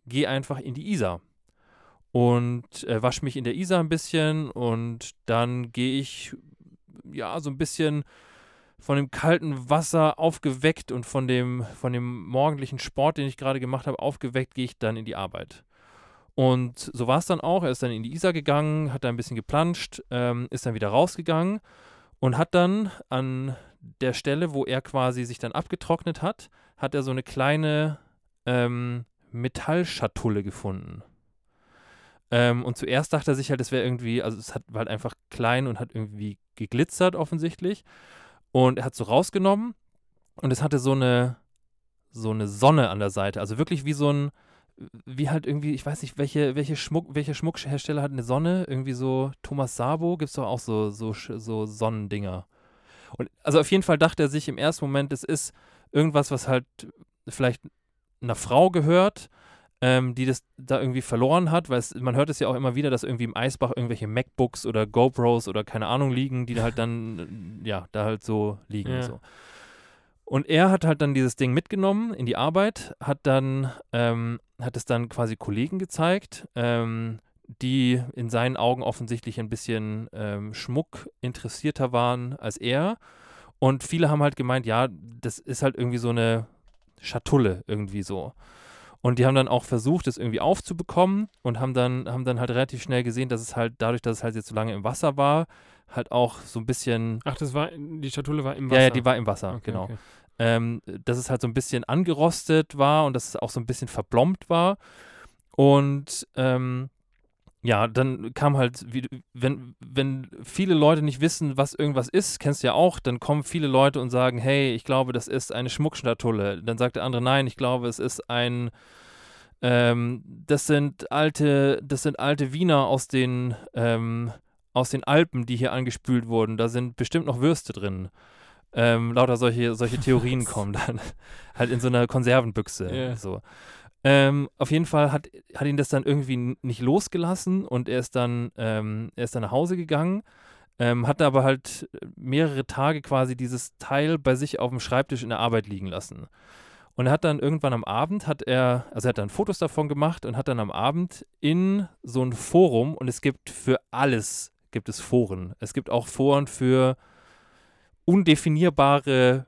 Speaker 2: gehe einfach in die Isar und äh, wasche mich in der Isar ein bisschen und dann gehe ich ja so ein bisschen von dem kalten Wasser aufgeweckt und von dem, von dem morgendlichen Sport, den ich gerade gemacht habe, aufgeweckt, gehe ich dann in die Arbeit. Und so war es dann auch. Er ist dann in die Isar gegangen, hat da ein bisschen geplanscht, ähm, ist dann wieder rausgegangen und hat dann an der Stelle, wo er quasi sich dann abgetrocknet hat, hat er so eine kleine ähm, Metallschatulle gefunden. Ähm, und zuerst dachte er sich halt, es wäre irgendwie, also es hat war halt einfach klein und hat irgendwie geglitzert offensichtlich. Und er hat so rausgenommen und es hatte so eine, so eine Sonne an der Seite. Also wirklich wie so ein, wie halt irgendwie, ich weiß nicht, welche, welche Schmuck, welcher Schmuckhersteller hat eine Sonne? Irgendwie so Thomas Sabo gibt es doch auch so, so, Sch- so Sonnendinger. Und also auf jeden Fall dachte er sich im ersten Moment, es ist irgendwas, was halt vielleicht einer Frau gehört, ähm, die das da irgendwie verloren hat, weil es, man hört es ja auch immer wieder, dass irgendwie im Eisbach irgendwelche MacBooks oder GoPros oder keine Ahnung liegen, die da halt dann, ja, da halt so liegen.
Speaker 3: Ja.
Speaker 2: So. Und er hat halt dann dieses Ding mitgenommen in die Arbeit, hat dann, ähm, hat es dann quasi Kollegen gezeigt, ähm, die in seinen Augen offensichtlich ein bisschen ähm, Schmuck interessierter waren als er. Und viele haben halt gemeint, ja, das ist halt irgendwie so eine Schatulle irgendwie so. Und die haben dann auch versucht, das irgendwie aufzubekommen und haben dann, haben dann halt relativ schnell gesehen, dass es halt dadurch, dass es halt jetzt so lange im Wasser war, halt auch so ein bisschen.
Speaker 3: Ach, das war, die Schatulle war im Wasser.
Speaker 2: Ja, ja, die war im Wasser,
Speaker 3: Okay,
Speaker 2: genau
Speaker 3: okay.
Speaker 2: ähm, dass es halt so ein bisschen angerostet war und dass es auch so ein bisschen verblombt war. Und ähm, ja, dann kam halt, wie, wenn, wenn viele Leute nicht wissen, was irgendwas ist, kennst du ja auch, dann kommen viele Leute und sagen, hey, ich glaube, das ist eine Schmuckschatulle. Dann sagt der andere, nein, ich glaube, es ist ein, ähm, das sind alte, das sind alte Wiener aus den, ähm, aus den Alpen, die hier angespült wurden. Da sind bestimmt noch Würste drin. Ähm, lauter solche, solche Theorien kommen dann. halt in so einer Konservenbüchse.
Speaker 3: Ja.
Speaker 2: So. Ähm, auf jeden Fall hat, hat ihn das dann irgendwie n- nicht losgelassen und er ist dann, ähm, er ist dann nach Hause gegangen, ähm, hatte aber halt mehrere Tage quasi dieses Teil bei sich auf dem Schreibtisch in der Arbeit liegen lassen. Und er hat dann irgendwann am Abend, hat er, also er hat dann Fotos davon gemacht und hat dann am Abend in so ein Forum, und es gibt für alles, gibt es Foren. Es gibt auch Foren für undefinierbare,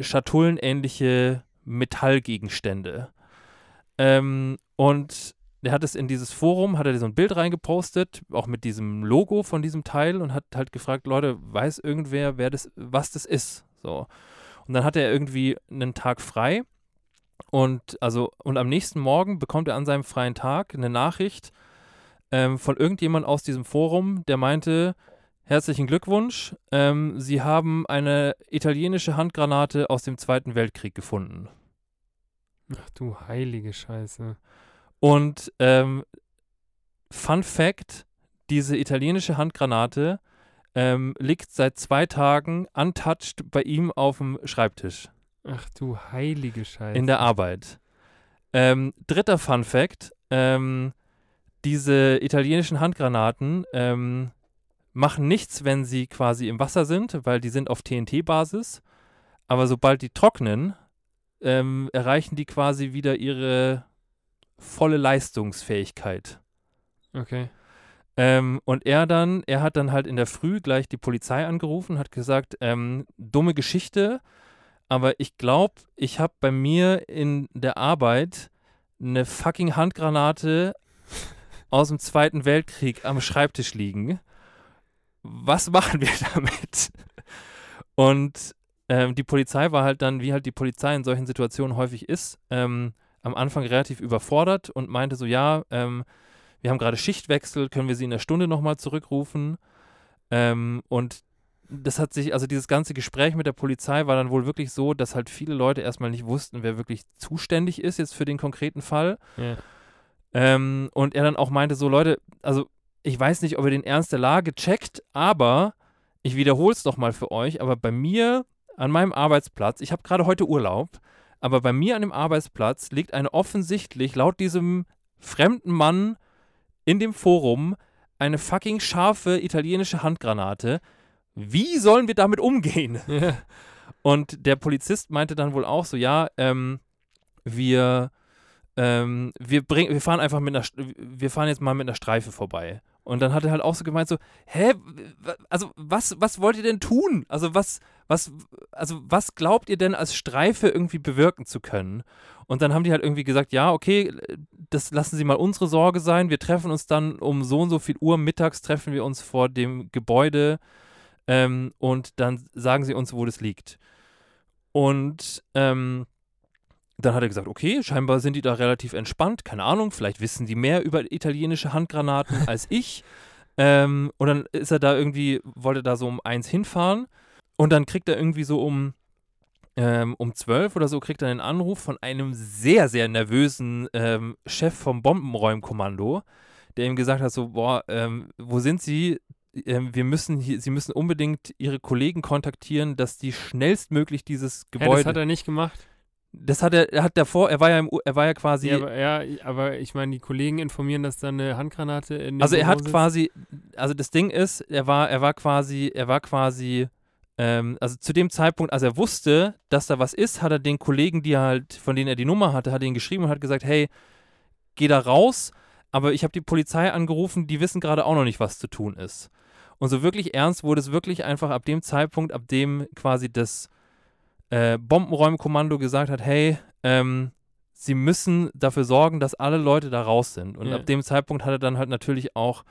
Speaker 2: schatullenähnliche Metallgegenstände. Ähm, und er hat es in dieses Forum, hat er so ein Bild reingepostet, auch mit diesem Logo von diesem Teil und hat halt gefragt, Leute, weiß irgendwer, wer das, was das ist? So. Und dann hat er irgendwie einen Tag frei und also, und am nächsten Morgen bekommt er an seinem freien Tag eine Nachricht ähm, von irgendjemand aus diesem Forum, der meinte, herzlichen Glückwunsch, ähm, Sie haben eine italienische Handgranate aus dem Zweiten Weltkrieg gefunden.
Speaker 3: Ach du heilige Scheiße.
Speaker 2: Und ähm, Fun Fact: Diese italienische Handgranate ähm, liegt seit zwei Tagen untouched bei ihm auf dem Schreibtisch
Speaker 3: Ach du heilige Scheiße.
Speaker 2: in der Arbeit. Ähm, dritter Fun Fact: ähm, Diese italienischen Handgranaten ähm, machen nichts, wenn sie quasi im Wasser sind, weil die sind auf TNT-Basis. Aber sobald die trocknen, ähm, erreichen die quasi wieder ihre volle Leistungsfähigkeit.
Speaker 3: okay.
Speaker 2: Ähm, und er dann, er hat dann halt in der Früh gleich die Polizei angerufen, hat gesagt, ähm, dumme Geschichte, aber ich glaube, ich habe bei mir in der Arbeit eine fucking Handgranate aus dem Zweiten Weltkrieg am Schreibtisch liegen. Was machen wir damit? Und ähm, die Polizei war halt dann, wie halt die Polizei in solchen Situationen häufig ist, ähm, am Anfang relativ überfordert und meinte so, ja, ähm, wir haben gerade Schichtwechsel, können wir sie in der Stunde nochmal zurückrufen? Ähm, und das hat sich, also dieses ganze Gespräch mit der Polizei war dann wohl wirklich so, dass halt viele Leute erstmal nicht wussten, wer wirklich zuständig ist jetzt für den konkreten Fall.
Speaker 3: Ja.
Speaker 2: Ähm, und er dann auch meinte so, Leute, also ich weiß nicht, ob ihr den Ernst der Lage checkt, aber ich wiederhole es nochmal für euch, aber bei mir an meinem Arbeitsplatz, ich habe gerade heute Urlaub, aber bei mir an dem Arbeitsplatz liegt eine offensichtlich laut diesem fremden Mann in dem Forum eine fucking scharfe italienische Handgranate. Wie sollen wir damit umgehen?
Speaker 3: Ja.
Speaker 2: Und der Polizist meinte dann wohl auch so, ja, ähm, wir, ähm, wir, bring, wir fahren einfach mit einer, St- wir fahren jetzt mal mit einer Streife vorbei. Und dann hat er halt auch so gemeint so, hä, w- also was, was wollt ihr denn tun? Also was, was, also was glaubt ihr denn als Streife irgendwie bewirken zu können? Und dann haben die halt irgendwie gesagt, ja, okay, das lassen Sie mal unsere Sorge sein. Wir treffen uns dann um so und so viel Uhr mittags treffen wir uns vor dem Gebäude ähm, und dann sagen Sie uns, wo das liegt. Und ähm, dann hat er gesagt, okay, scheinbar sind die da relativ entspannt, keine Ahnung, vielleicht wissen die mehr über italienische Handgranaten als ich. Ähm, und dann ist er da irgendwie, wollte da so um eins hinfahren und dann kriegt er irgendwie so um, ähm, um zwölf oder so, kriegt er einen Anruf von einem sehr, sehr nervösen ähm, Chef vom Bombenräumkommando, der ihm gesagt hat, so, boah, ähm, wo sind Sie? Ähm, wir müssen hier, Sie müssen unbedingt Ihre Kollegen kontaktieren, dass die schnellstmöglich dieses
Speaker 3: Hä, das
Speaker 2: Gebäude.
Speaker 3: hat er nicht gemacht.
Speaker 2: Das hat er, er hat davor, er war ja im, U- er war ja quasi,
Speaker 3: ja, aber, ja, aber ich meine, die Kollegen informieren, dass da eine Handgranate in dem
Speaker 2: also er
Speaker 3: Büro
Speaker 2: hat
Speaker 3: sitzt.
Speaker 2: quasi, also das Ding ist, er war, er war quasi, er war quasi, ähm, also zu dem Zeitpunkt, als er wusste, dass da was ist, hat er den Kollegen, die er halt, von denen er die Nummer hatte, hat ihn geschrieben und hat gesagt, hey, geh da raus, aber ich habe die Polizei angerufen, die wissen gerade auch noch nicht, was zu tun ist. Und so wirklich ernst wurde es wirklich einfach ab dem Zeitpunkt, ab dem quasi das äh, Bombenräumkommando gesagt hat, hey, ähm, sie müssen dafür sorgen, dass alle Leute da raus sind. Und
Speaker 3: Ja.
Speaker 2: ab dem Zeitpunkt hat er dann halt natürlich auch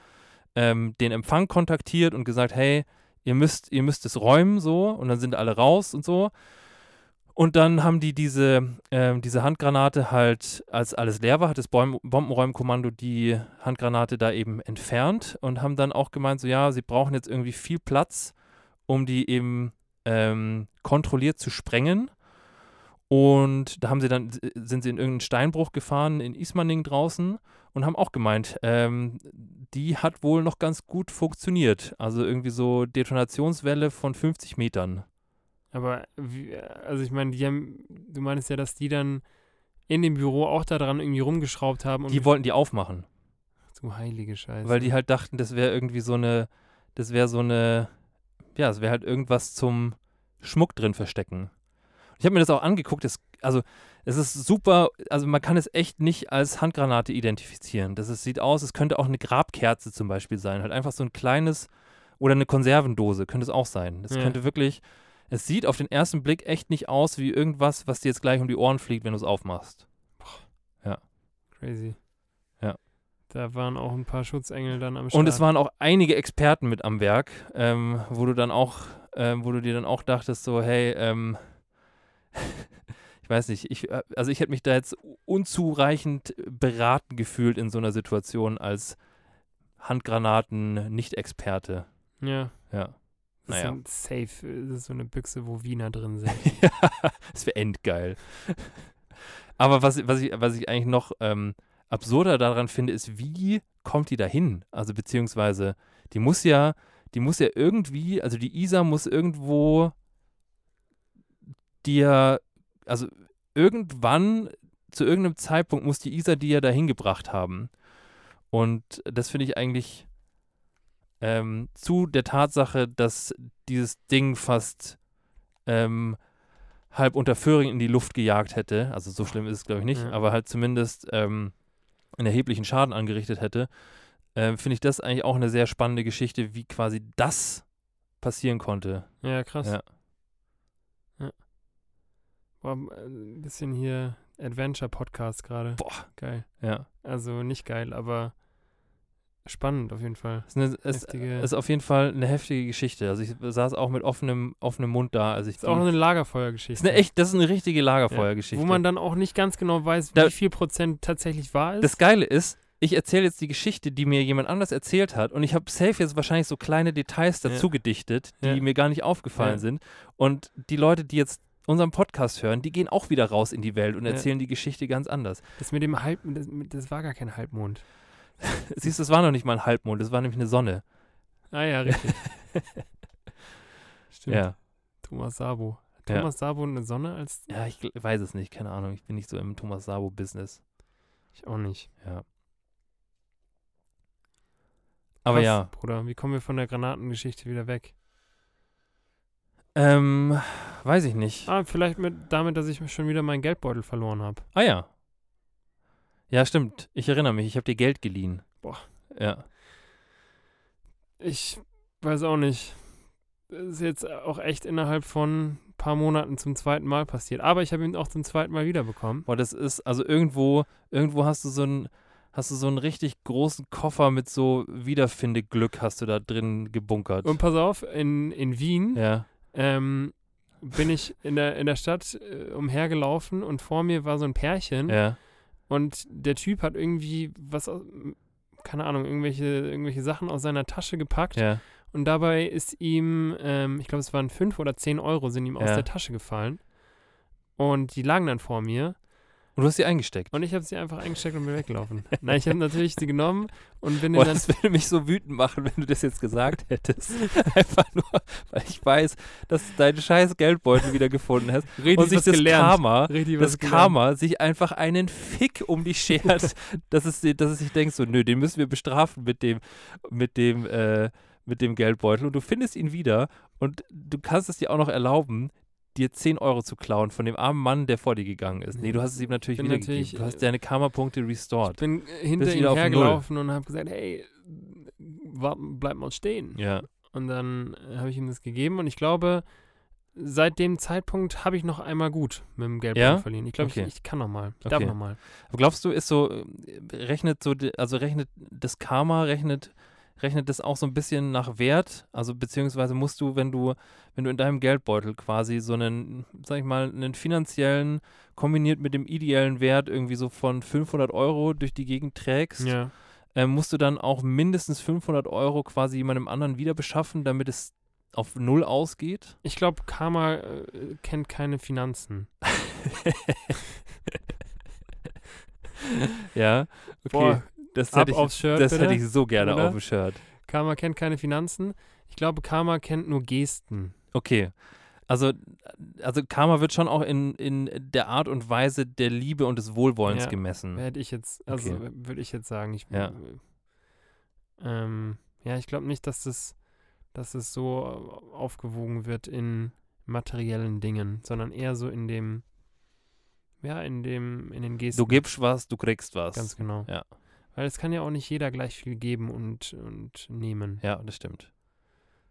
Speaker 2: ähm, den Empfang kontaktiert und gesagt, hey, ihr müsst, ihr müsst es räumen so und dann sind alle raus und so. Und dann haben die diese, ähm, diese Handgranate halt, als alles leer war, hat das Bäum Bombenräumkommando die Handgranate da eben entfernt und haben dann auch gemeint, so ja, sie brauchen jetzt irgendwie viel Platz, um die eben ähm, kontrolliert zu sprengen. Und da haben sie dann, sind sie in irgendeinen Steinbruch gefahren in Ismaning draußen und haben auch gemeint, ähm, die hat wohl noch ganz gut funktioniert. Also irgendwie so Detonationswelle von 50 Metern.
Speaker 3: Aber, wie, also ich meine, die haben, du meinst ja, dass die dann in dem Büro auch da dran irgendwie rumgeschraubt haben. Und
Speaker 2: Die wollten die aufmachen.
Speaker 3: Du heilige Scheiße.
Speaker 2: Weil die halt dachten, das wäre irgendwie so eine, das wäre so eine, ja, es wäre halt irgendwas zum Schmuck drin verstecken. Ich habe mir das auch angeguckt, das, also es ist super, also man kann es echt nicht als Handgranate identifizieren. Das es sieht aus, es könnte auch eine Grabkerze zum Beispiel sein, halt einfach so ein kleines oder eine Konservendose könnte es auch sein. Das
Speaker 3: Ja.
Speaker 2: könnte wirklich, es sieht auf den ersten Blick echt nicht aus wie irgendwas, was dir jetzt gleich um die Ohren fliegt, wenn du es aufmachst.
Speaker 3: Crazy.
Speaker 2: Ja.
Speaker 3: Da waren auch ein paar Schutzengel dann am Start.
Speaker 2: Und es waren auch einige Experten mit am Werk, ähm, wo du dann auch ähm, wo du dir dann auch dachtest, so, hey, ähm, ich weiß nicht, ich, äh, also ich hätte mich da jetzt unzureichend beraten gefühlt in so einer Situation als Handgranaten-Nicht-Experte.
Speaker 3: Ja.
Speaker 2: Ja.
Speaker 3: Das ist
Speaker 2: Naja.
Speaker 3: ein Safe, das ist so eine Büchse, wo Wiener drin sind.
Speaker 2: Das wäre endgeil. Aber was, was, ich, was ich eigentlich noch ähm, absurder daran finde, ist, wie kommt die dahin? Also beziehungsweise, die muss ja, die muss ja irgendwie, also die Isa muss irgendwo dir, also irgendwann, zu irgendeinem Zeitpunkt muss die Isa die ja dahin gebracht haben. Und das finde ich eigentlich ähm, zu der Tatsache, dass dieses Ding fast ähm, halb unter Föhring in die Luft gejagt hätte, also so schlimm ist es glaube ich nicht,
Speaker 3: Ja.
Speaker 2: aber halt zumindest ähm, einen erheblichen Schaden angerichtet hätte, ähm, finde ich das eigentlich auch eine sehr spannende Geschichte, wie quasi das passieren konnte.
Speaker 3: Ja, krass.
Speaker 2: Ja.
Speaker 3: Ja. Boah, m- äh, ein bisschen hier Adventure-Podcast gerade.
Speaker 2: Boah.
Speaker 3: Geil.
Speaker 2: Ja,
Speaker 3: Also nicht geil, aber spannend auf jeden Fall.
Speaker 2: ist, eine, ist,
Speaker 3: Heftige-
Speaker 2: ist auf jeden Fall eine heftige Geschichte. Also ich saß auch mit offenem, offenem Mund da, als ich
Speaker 3: Ist auch
Speaker 2: die-
Speaker 3: noch eine
Speaker 2: ist
Speaker 3: Lagerfeuergeschichte.
Speaker 2: eine echt, das ist eine richtige Lagerfeuergeschichte.
Speaker 3: Wo man dann auch nicht ganz genau weiß,
Speaker 2: Da-
Speaker 3: wie viel Prozent tatsächlich wahr ist.
Speaker 2: Das Geile ist, ich erzähle jetzt die Geschichte, die mir jemand anders erzählt hat und ich habe safe jetzt wahrscheinlich so kleine Details dazu gedichtet, die
Speaker 3: Ja.
Speaker 2: mir gar nicht aufgefallen
Speaker 3: Ja.
Speaker 2: sind und die Leute, die jetzt unseren Podcast hören, die gehen auch wieder raus in die Welt und
Speaker 3: Ja.
Speaker 2: erzählen die Geschichte ganz anders.
Speaker 3: das mit dem Halb, das, mit- das war gar kein Halbmond.
Speaker 2: Siehst du, es war noch nicht mal ein Halbmond, es war nämlich eine Sonne.
Speaker 3: Ah ja, richtig. Stimmt.
Speaker 2: Ja.
Speaker 3: Thomas Sabo.
Speaker 2: Ja.
Speaker 3: Thomas Sabo und eine Sonne als
Speaker 2: ja, ich gl- weiß es nicht, keine Ahnung, ich bin nicht so im Thomas Sabo Business.
Speaker 3: ich auch nicht.
Speaker 2: Aber
Speaker 3: Krass,
Speaker 2: ja,
Speaker 3: Bruder, wie kommen wir von der Granatengeschichte wieder weg?
Speaker 2: ähm, weiß ich nicht.
Speaker 3: Ah, vielleicht mit, damit, dass ich schon wieder meinen Geldbeutel verloren habe.
Speaker 2: Ah ja. Ja, stimmt. Ich erinnere mich, ich habe dir Geld geliehen.
Speaker 3: Boah.
Speaker 2: Ja.
Speaker 3: Ich weiß auch nicht. Das ist jetzt auch echt innerhalb von ein paar Monaten zum zweiten Mal passiert. Aber ich habe ihn auch zum zweiten Mal wiederbekommen.
Speaker 2: Boah, das ist, also irgendwo, irgendwo hast du so einen, hast du so einen richtig großen Koffer mit so Wiederfindeglück hast du da drin gebunkert.
Speaker 3: Und pass auf, in, in Wien
Speaker 2: ja.
Speaker 3: ähm, bin ich in der, in der Stadt äh, umhergelaufen und vor mir war so ein Pärchen.
Speaker 2: Ja.
Speaker 3: Und der Typ hat irgendwie was, aus- keine Ahnung, irgendwelche, irgendwelche Sachen aus seiner Tasche gepackt.
Speaker 2: Ja.
Speaker 3: Und dabei ist ihm, ähm, ich glaube, es waren 5 oder 10 Euro, sind ihm aus
Speaker 2: Ja.
Speaker 3: der Tasche gefallen. Und die lagen dann vor mir.
Speaker 2: Und du hast sie eingesteckt.
Speaker 3: Und ich habe sie einfach eingesteckt und bin weggelaufen. Nein, ich habe natürlich sie genommen und bin
Speaker 2: Boah,
Speaker 3: denen dann.
Speaker 2: das würde mich so wütend machen, wenn du das jetzt gesagt hättest. Einfach nur, weil ich weiß, dass du deinen scheiß Geldbeutel wieder gefunden hast
Speaker 3: Richtig
Speaker 2: und sich
Speaker 3: was
Speaker 2: das
Speaker 3: gelernt.
Speaker 2: Karma,
Speaker 3: Richtig
Speaker 2: das
Speaker 3: was gelernt.
Speaker 2: Karma sich einfach einen Fick um dich schert, dass es, dir- dass es sich denkt, so, nö, den müssen wir bestrafen mit dem, mit dem, äh, mit dem Geldbeutel. Und du findest ihn wieder und du kannst es dir auch noch erlauben, dir 10 Euro zu klauen von dem armen Mann, der vor dir gegangen ist. Nee, du hast es ihm natürlich
Speaker 3: Bin
Speaker 2: wiedergegeben.
Speaker 3: natürlich,
Speaker 2: du hast
Speaker 3: äh,
Speaker 2: deine Karma-Punkte restored.
Speaker 3: Bin äh, hinter
Speaker 2: Bist wieder
Speaker 3: ihm
Speaker 2: auf Null.
Speaker 3: hergelaufen und habe gesagt: Hey, wart- bleib mal stehen.
Speaker 2: Ja,
Speaker 3: Und dann äh, habe ich ihm das gegeben und ich glaube, seit dem Zeitpunkt habe ich noch einmal gut mit dem Geldbeutel
Speaker 2: Ja?
Speaker 3: verliehen. Ich glaube,
Speaker 2: Okay.
Speaker 3: ich, ich kann noch mal. Ich darf
Speaker 2: Okay.
Speaker 3: noch mal.
Speaker 2: Aber Glaubst du, ist so, äh, rechnet so, die- also rechnet das Karma, rechnet, rechnet das auch so ein bisschen nach Wert? Also beziehungsweise musst du, wenn du, wenn du in deinem Geldbeutel quasi so einen, sag ich mal, einen finanziellen, kombiniert mit dem ideellen Wert irgendwie so von 500 Euro durch die Gegend trägst,
Speaker 3: Ja.
Speaker 2: äh, musst du dann auch mindestens 500 Euro quasi jemandem anderen wieder beschaffen, damit es auf Null ausgeht?
Speaker 3: Ich glaube, Karma äh, kennt keine Finanzen.
Speaker 2: Ja, okay.
Speaker 3: Boah,
Speaker 2: das
Speaker 3: ab
Speaker 2: hätte ich,
Speaker 3: aufs Shirt,
Speaker 2: das
Speaker 3: bitte.
Speaker 2: hätte ich so gerne
Speaker 3: oder?
Speaker 2: auf dem Shirt.
Speaker 3: Karma kennt keine Finanzen. Ich glaube, Karma kennt nur Gesten.
Speaker 2: Okay. Also, also Karma wird schon auch in, in der Art und Weise der Liebe und des Wohlwollens
Speaker 3: Ja.
Speaker 2: gemessen.
Speaker 3: Hätte ich jetzt, also
Speaker 2: Hm. Okay.
Speaker 3: würde ich jetzt sagen. Ich,
Speaker 2: Ja.
Speaker 3: Ähm, ja, ich glaube nicht, dass das, dass das so aufgewogen wird in materiellen Dingen, sondern eher so in dem, ja, in dem, in den Gesten.
Speaker 2: Du gibst was, du kriegst was.
Speaker 3: Ganz genau.
Speaker 2: Ja.
Speaker 3: Weil es kann ja auch nicht jeder gleich viel geben und, und nehmen.
Speaker 2: ja, das stimmt.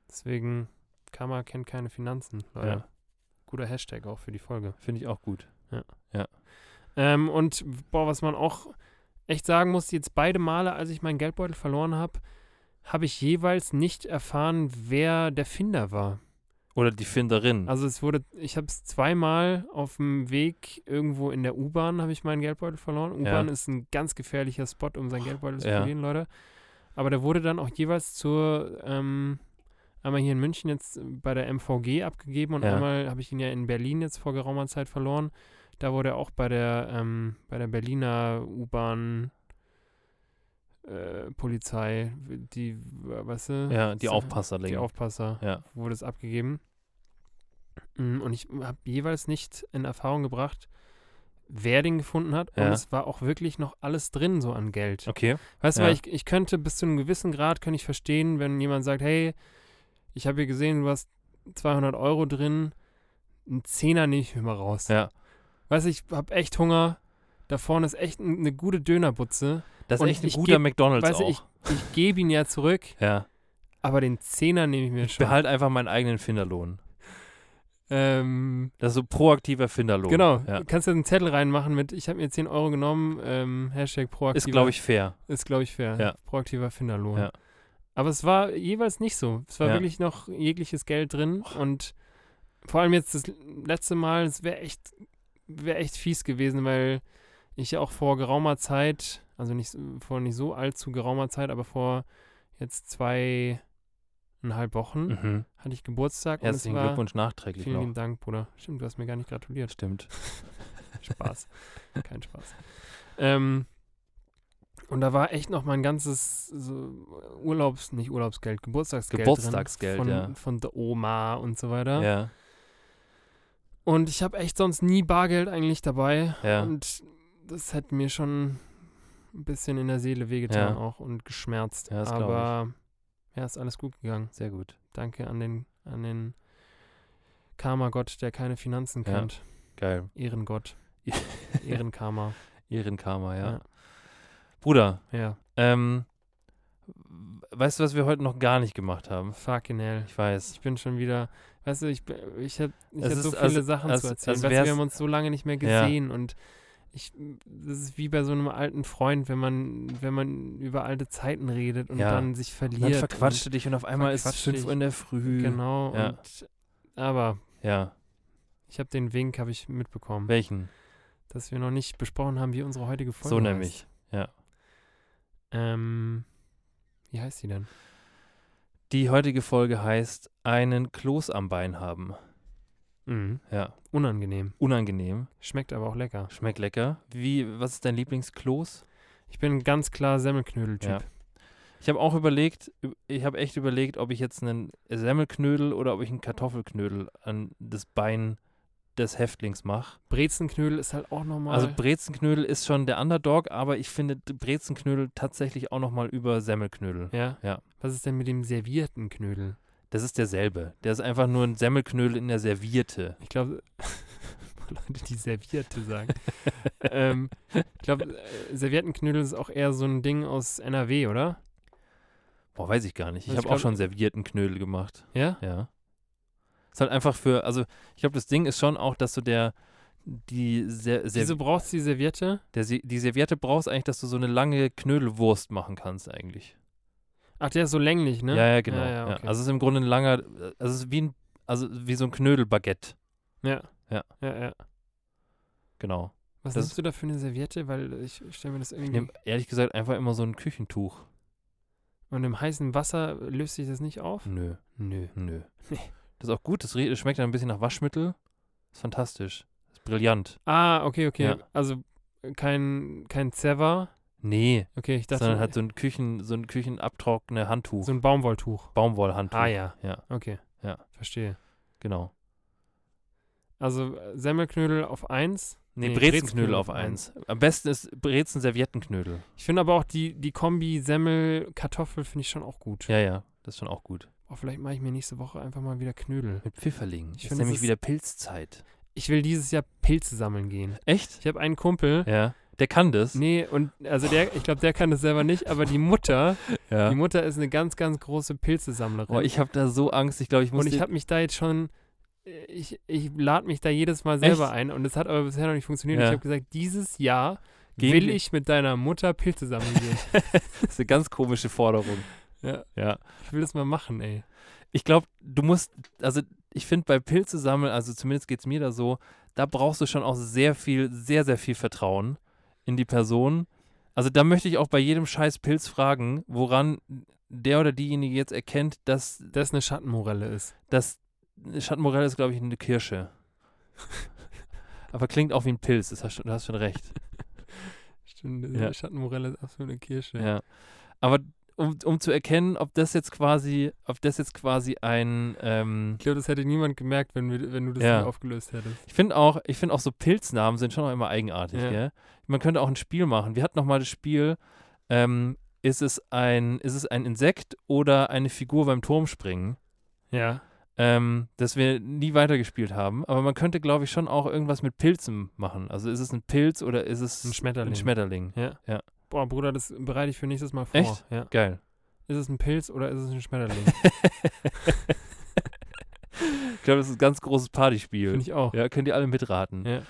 Speaker 3: Deswegen, Karma kennt keine Finanzen, Leute.
Speaker 2: Ja.
Speaker 3: Guter Hashtag auch für die Folge.
Speaker 2: Finde ich auch gut.
Speaker 3: Ähm, und boah, was man auch echt sagen muss, jetzt beide Male, als ich meinen Geldbeutel verloren habe, habe ich jeweils nicht erfahren, wer der Finder war.
Speaker 2: Oder die Finderin.
Speaker 3: Also es wurde, ich habe es zweimal auf dem Weg irgendwo in der U-Bahn habe ich meinen Geldbeutel verloren. U-Bahn ist ein ganz gefährlicher Spot, um seinen Geldbeutel zu
Speaker 2: Oh, Ja.
Speaker 3: verlieren, Leute. Aber der wurde dann auch jeweils zur, ähm, einmal hier in München jetzt bei der MVG abgegeben und
Speaker 2: Ja.
Speaker 3: einmal habe ich ihn ja in Berlin jetzt vor geraumer Zeit verloren. Da wurde er auch bei der, ähm, bei der Berliner U-Bahn äh, Polizei, die, weißt du,
Speaker 2: ja, die
Speaker 3: so- die
Speaker 2: Aufpasserlinge.
Speaker 3: Aufpasser
Speaker 2: Ja.
Speaker 3: wurde es abgegeben. Mm, Und ich habe jeweils nicht in Erfahrung gebracht, wer den gefunden hat. Und
Speaker 2: Ja.
Speaker 3: es war auch wirklich noch alles drin, so an Geld.
Speaker 2: okay.
Speaker 3: Weißt du, weil
Speaker 2: ja.
Speaker 3: ich, ich könnte bis zu einem gewissen Grad, könnte ich verstehen, wenn jemand sagt, hey, ich habe hier gesehen, du hast 200 Euro drin, ein Zehner nehme ich mir mal raus.
Speaker 2: Ja.
Speaker 3: Weißt du, ich habe echt Hunger. Da vorne ist echt ein, eine gute Dönerputze.
Speaker 2: Das ist
Speaker 3: Und
Speaker 2: echt
Speaker 3: ich-
Speaker 2: ein
Speaker 3: ich
Speaker 2: guter
Speaker 3: geb-
Speaker 2: McDonalds
Speaker 3: Weißt du,
Speaker 2: auch.
Speaker 3: ich, ich gebe ihn ja zurück,
Speaker 2: ja.
Speaker 3: aber den Zehner nehme ich mir
Speaker 2: Ich
Speaker 3: schon.
Speaker 2: behalte einfach meinen eigenen Finderlohn.
Speaker 3: ähm,
Speaker 2: Das ist so proaktiver Finderlohn.
Speaker 3: Genau,
Speaker 2: Ja.
Speaker 3: du kannst ja einen Zettel reinmachen mit, ich habe mir 10 Euro genommen, ähm, Hashtag
Speaker 2: Ist,
Speaker 3: proaktiver.
Speaker 2: glaube ich, fair.
Speaker 3: Ist, glaube ich, fair.
Speaker 2: Ja.
Speaker 3: Proaktiver Finderlohn.
Speaker 2: Ja.
Speaker 3: Aber es war jeweils nicht so. Es war
Speaker 2: Ja.
Speaker 3: wirklich noch jegliches Geld drin und vor allem jetzt das letzte Mal, es wäre echt, wär echt fies gewesen, weil ich ja auch vor geraumer Zeit, also nicht so- vor nicht so allzu geraumer Zeit, aber vor jetzt zweieinhalb Wochen
Speaker 2: Mhm.
Speaker 3: hatte ich Geburtstag
Speaker 2: Herzlichen
Speaker 3: und es war,
Speaker 2: Glückwunsch nachträglich
Speaker 3: Vielen lieben
Speaker 2: noch.
Speaker 3: Dank, Bruder. Stimmt, du hast mir gar nicht gratuliert.
Speaker 2: Stimmt.
Speaker 3: Spaß. Kein Spaß. Ähm, und da war echt noch mein ganzes so Urlaubs, nicht Urlaubsgeld, Geburtstagsgeld.
Speaker 2: Geburtstagsgeld,
Speaker 3: drin, von,
Speaker 2: ja.
Speaker 3: Von der Oma und so weiter.
Speaker 2: Ja,
Speaker 3: Und ich habe echt sonst nie Bargeld eigentlich dabei.
Speaker 2: ja.
Speaker 3: Und das hat mir schon ein bisschen in der Seele wehgetan
Speaker 2: Ja.
Speaker 3: auch und geschmerzt.
Speaker 2: Ja, das glaub
Speaker 3: Aber ja, ist alles gut gegangen.
Speaker 2: Sehr gut.
Speaker 3: Danke an den, an den Karma-Gott, der keine Finanzen
Speaker 2: Ja.
Speaker 3: kennt.
Speaker 2: Geil.
Speaker 3: Ehrengott. Ehrenkarma.
Speaker 2: Ehrenkarma, ja.
Speaker 3: Ja.
Speaker 2: Bruder,
Speaker 3: ja.
Speaker 2: ähm, weißt du, was wir heute noch gar nicht gemacht haben?
Speaker 3: Fucking hell.
Speaker 2: Ich weiß.
Speaker 3: Ich bin schon wieder, weißt du, ich, bin- ich habe ich
Speaker 2: Es
Speaker 3: hab so
Speaker 2: ist,
Speaker 3: viele
Speaker 2: als-
Speaker 3: Sachen
Speaker 2: als-
Speaker 3: zu erzählen.
Speaker 2: als
Speaker 3: weißt du,
Speaker 2: wär's-
Speaker 3: wir haben uns so lange nicht mehr
Speaker 2: Ja.
Speaker 3: gesehen und ich, das ist wie bei so einem alten Freund, wenn man, wenn man über alte Zeiten redet und
Speaker 2: Ja.
Speaker 3: dann sich
Speaker 2: Und
Speaker 3: verliert.
Speaker 2: dann verquatschte dich und auf einmal ist es
Speaker 3: verquatscht
Speaker 2: 5
Speaker 3: dich.
Speaker 2: Uhr in der
Speaker 3: und,
Speaker 2: Früh.
Speaker 3: Genau.
Speaker 2: Ja.
Speaker 3: Und, aber
Speaker 2: Ja.
Speaker 3: ich habe den Wink, habe ich mitbekommen,
Speaker 2: Welchen?
Speaker 3: dass wir noch nicht besprochen haben, wie unsere heutige Folge
Speaker 2: so
Speaker 3: heißt.
Speaker 2: nämlich.
Speaker 3: Ähm, wie heißt die denn?
Speaker 2: Die heutige Folge heißt einen Kloß am Bein haben.
Speaker 3: Mhm.
Speaker 2: Ja.
Speaker 3: Unangenehm.
Speaker 2: Unangenehm.
Speaker 3: Schmeckt aber auch lecker.
Speaker 2: Schmeckt lecker. Wie, was ist dein Lieblingskloß?
Speaker 3: Ich bin ganz klar Semmelknödel-Typ.
Speaker 2: Ja. Ich habe auch überlegt, üb- ich habe echt überlegt, ob ich jetzt einen Semmelknödel oder ob ich einen Kartoffelknödel an das Bein des Häftlings mache.
Speaker 3: Brezenknödel ist halt auch nochmal.
Speaker 2: Also Brezenknödel ist schon der Underdog, aber ich finde d- Brezenknödel tatsächlich auch nochmal über Semmelknödel.
Speaker 3: Ja?
Speaker 2: Ja.
Speaker 3: Was ist denn mit dem servierten Knödel?
Speaker 2: Das ist derselbe. Der ist einfach nur ein Semmelknödel in der Servierte.
Speaker 3: Ich glaube, Leute, die Servierte sagen. ähm, ich glaube, äh, Serviettenknödel ist auch eher so ein Ding aus NRW, oder?
Speaker 2: Boah, weiß ich gar nicht. Ich
Speaker 3: Also ich
Speaker 2: habe auch
Speaker 3: glaub-
Speaker 2: schon Serviertenknödel gemacht.
Speaker 3: Ja?
Speaker 2: Ja. Ist halt einfach für, also ich glaube, das Ding ist schon auch, dass du der, die, Ser Ser
Speaker 3: Wieso brauchst du die Serviette?
Speaker 2: der, Se- die Serviette brauchst eigentlich, dass du so eine lange Knödelwurst machen kannst eigentlich.
Speaker 3: Ach, der ist so länglich, ne?
Speaker 2: Ja, ja, genau.
Speaker 3: Ja, ja,
Speaker 2: ja.
Speaker 3: okay.
Speaker 2: Also es ist im Grunde ein langer, also es ist wie ein, also wie so ein Knödelbaguette.
Speaker 3: Ja.
Speaker 2: Ja.
Speaker 3: ja, ja.
Speaker 2: Genau.
Speaker 3: Was
Speaker 2: Das-
Speaker 3: nimmst du da für eine Serviette? Weil ich stelle mir das
Speaker 2: Ich
Speaker 3: irgendwie.
Speaker 2: nehme ehrlich gesagt einfach immer so ein Küchentuch.
Speaker 3: und im heißen Wasser löst sich das nicht auf?
Speaker 2: Nö,
Speaker 3: Nö.
Speaker 2: nö.
Speaker 3: Nee.
Speaker 2: Das ist auch gut, das, riecht- das schmeckt dann ein bisschen nach Waschmittel. Ist fantastisch. Ist brillant.
Speaker 3: Ah, okay, okay.
Speaker 2: Ja.
Speaker 3: Also äh, kein, kein Zever.
Speaker 2: Nee,
Speaker 3: Okay, ich dachte,
Speaker 2: sondern halt so ein Küchen, so ein Küchenabtrockene Handtuch.
Speaker 3: so ein Baumwolltuch.
Speaker 2: Baumwollhandtuch.
Speaker 3: Ah, ja.
Speaker 2: Ja.
Speaker 3: Okay.
Speaker 2: Ja.
Speaker 3: Verstehe.
Speaker 2: Genau.
Speaker 3: Also äh, Semmelknödel auf 1.
Speaker 2: Nee,
Speaker 3: Nee,
Speaker 2: Brezenknödel
Speaker 3: Brezenknödel
Speaker 2: auf
Speaker 3: auf
Speaker 2: eins. Am besten ist Brezen-Serviettenknödel.
Speaker 3: Ich finde aber auch die, die Kombi Semmel-Kartoffel finde ich schon auch gut.
Speaker 2: Ja, ja, das ist schon auch gut.
Speaker 3: Oh, vielleicht mache ich mir nächste Woche einfach mal wieder Knödel.
Speaker 2: Mit Pfifferlingen.
Speaker 3: Ich
Speaker 2: ist
Speaker 3: finde, es
Speaker 2: nämlich
Speaker 3: ist-
Speaker 2: wieder Pilzzeit.
Speaker 3: Ich will dieses Jahr Pilze sammeln gehen.
Speaker 2: Echt?
Speaker 3: Ich habe einen Kumpel.
Speaker 2: Ja. Der kann das.
Speaker 3: Nee, und also der, ich glaube, der kann das selber nicht, aber die Mutter, die
Speaker 2: Ja.
Speaker 3: Mutter ist eine ganz, ganz große Pilzesammlerin.
Speaker 2: Boah, Oh, ich habe da so Angst. Ich glaube, ich muss
Speaker 3: und ich
Speaker 2: dir-
Speaker 3: habe mich da jetzt schon, äh, ich, ich lade mich da jedes Mal selber
Speaker 2: Echt?
Speaker 3: ein und es hat aber bisher noch nicht funktioniert.
Speaker 2: Ja.
Speaker 3: Ich habe gesagt, dieses Jahr
Speaker 2: Gehen
Speaker 3: will
Speaker 2: wir-
Speaker 3: ich mit deiner Mutter Pilze sammeln gehen.
Speaker 2: das ist eine ganz komische Forderung.
Speaker 3: Ja.
Speaker 2: Ja.
Speaker 3: ich will das mal machen, ey.
Speaker 2: Ich glaube, du musst, also ich finde bei Pilze sammeln, also zumindest geht es mir da so, da brauchst du schon auch sehr viel, sehr, sehr viel Vertrauen in die Person. Also da möchte ich auch bei jedem scheiß Pilz fragen, woran der oder diejenige jetzt erkennt, dass
Speaker 3: Das eine Schattenmorelle ist.
Speaker 2: das Schattenmorell ist, glaube ich, eine Kirsche. Aber klingt auch wie ein Pilz, das hast, schon- du hast schon recht.
Speaker 3: Stimmt,
Speaker 2: Ja.
Speaker 3: ja. Schattenmorelle ist absolut eine Kirsche.
Speaker 2: Ja. Aber um, um zu erkennen, ob das jetzt quasi, ob das jetzt quasi ein, ähm,
Speaker 3: Ich glaube, das hätte niemand gemerkt, wenn, wir, wenn du das
Speaker 2: Ja.
Speaker 3: nicht aufgelöst hättest.
Speaker 2: Ich finde auch, ich finde auch so Pilznamen sind schon auch immer eigenartig,
Speaker 3: Ja.
Speaker 2: gell? Man könnte auch ein Spiel machen. Wir hatten noch mal das Spiel, ähm, ist es ein, ist es ein Insekt oder eine Figur beim Turmspringen,
Speaker 3: Ja.
Speaker 2: ähm, das wir nie weitergespielt haben. Aber man könnte, glaube ich, schon auch irgendwas mit Pilzen machen. Also ist es ein Pilz oder ist es
Speaker 3: Ein Schmetterling.
Speaker 2: ein Schmetterling?
Speaker 3: ja.
Speaker 2: Ja.
Speaker 3: Boah, Bruder, das bereite ich für nächstes Mal vor.
Speaker 2: Echt?
Speaker 3: Ja.
Speaker 2: Geil.
Speaker 3: Ist es ein Pilz oder ist es ein Schmetterling?
Speaker 2: Ich glaube, das ist ein ganz großes Partyspiel.
Speaker 3: Finde ich auch.
Speaker 2: Ja, könnt ihr alle mitraten.
Speaker 3: Ja.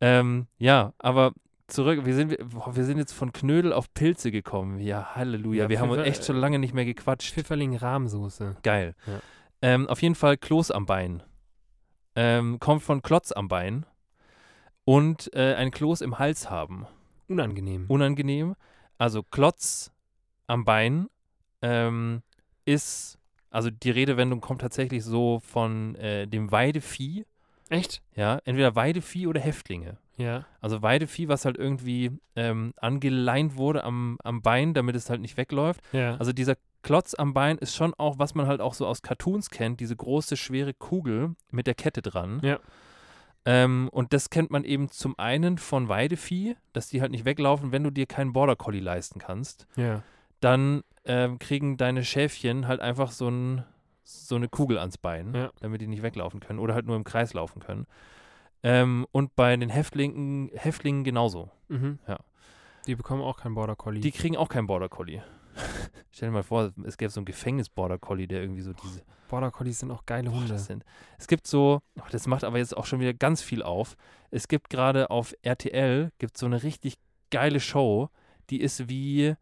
Speaker 2: Ähm, ja, aber zurück, wir sind, boah, wir sind jetzt von Knödel auf Pilze gekommen. Ja, Halleluja.
Speaker 3: Ja,
Speaker 2: wir haben
Speaker 3: Pfeffer-
Speaker 2: echt schon lange nicht mehr gequatscht.
Speaker 3: Pfifferling-Rahmsoße.
Speaker 2: äh, Geil.
Speaker 3: Ja.
Speaker 2: Ähm, auf jeden Fall Kloß am Bein. Ähm, kommt von Klotz am Bein. Und äh, ein Kloß im Hals haben.
Speaker 3: Unangenehm.
Speaker 2: Unangenehm. Also Klotz am Bein ähm, ist, also die Redewendung kommt tatsächlich so von äh, dem Weidevieh.
Speaker 3: Echt?
Speaker 2: Ja, entweder Weidevieh oder Häftlinge.
Speaker 3: Ja.
Speaker 2: Also Weidevieh, was halt irgendwie ähm, angeleint wurde am, am Bein, damit es halt nicht wegläuft.
Speaker 3: Ja.
Speaker 2: Also dieser Klotz am Bein ist schon auch, was man halt auch so aus Cartoons kennt, diese große, schwere Kugel mit der Kette dran.
Speaker 3: Ja.
Speaker 2: Ähm, und das kennt man eben zum einen von Weidevieh, dass die halt nicht weglaufen, wenn du dir keinen Border Collie leisten kannst.
Speaker 3: ja.
Speaker 2: Dann ähm, kriegen deine Schäfchen halt einfach so, ein, so eine Kugel ans Bein,
Speaker 3: Ja.
Speaker 2: damit die nicht weglaufen können oder halt nur im Kreis laufen können. Ähm, und bei den Häftlingen, Häftlingen genauso.
Speaker 3: Mhm.
Speaker 2: Ja.
Speaker 3: Die bekommen auch keinen Border Collie.
Speaker 2: Die kriegen auch keinen Border Collie. Stell dir mal vor, es gäbe so einen Gefängnis-Border Collie, der irgendwie so diese
Speaker 3: Border Collies sind auch geile Hunde.
Speaker 2: das sind. Es gibt so, oh, das macht aber jetzt auch schon wieder ganz viel auf. Es gibt gerade auf RTL gibt so eine richtig geile Show, die ist wie,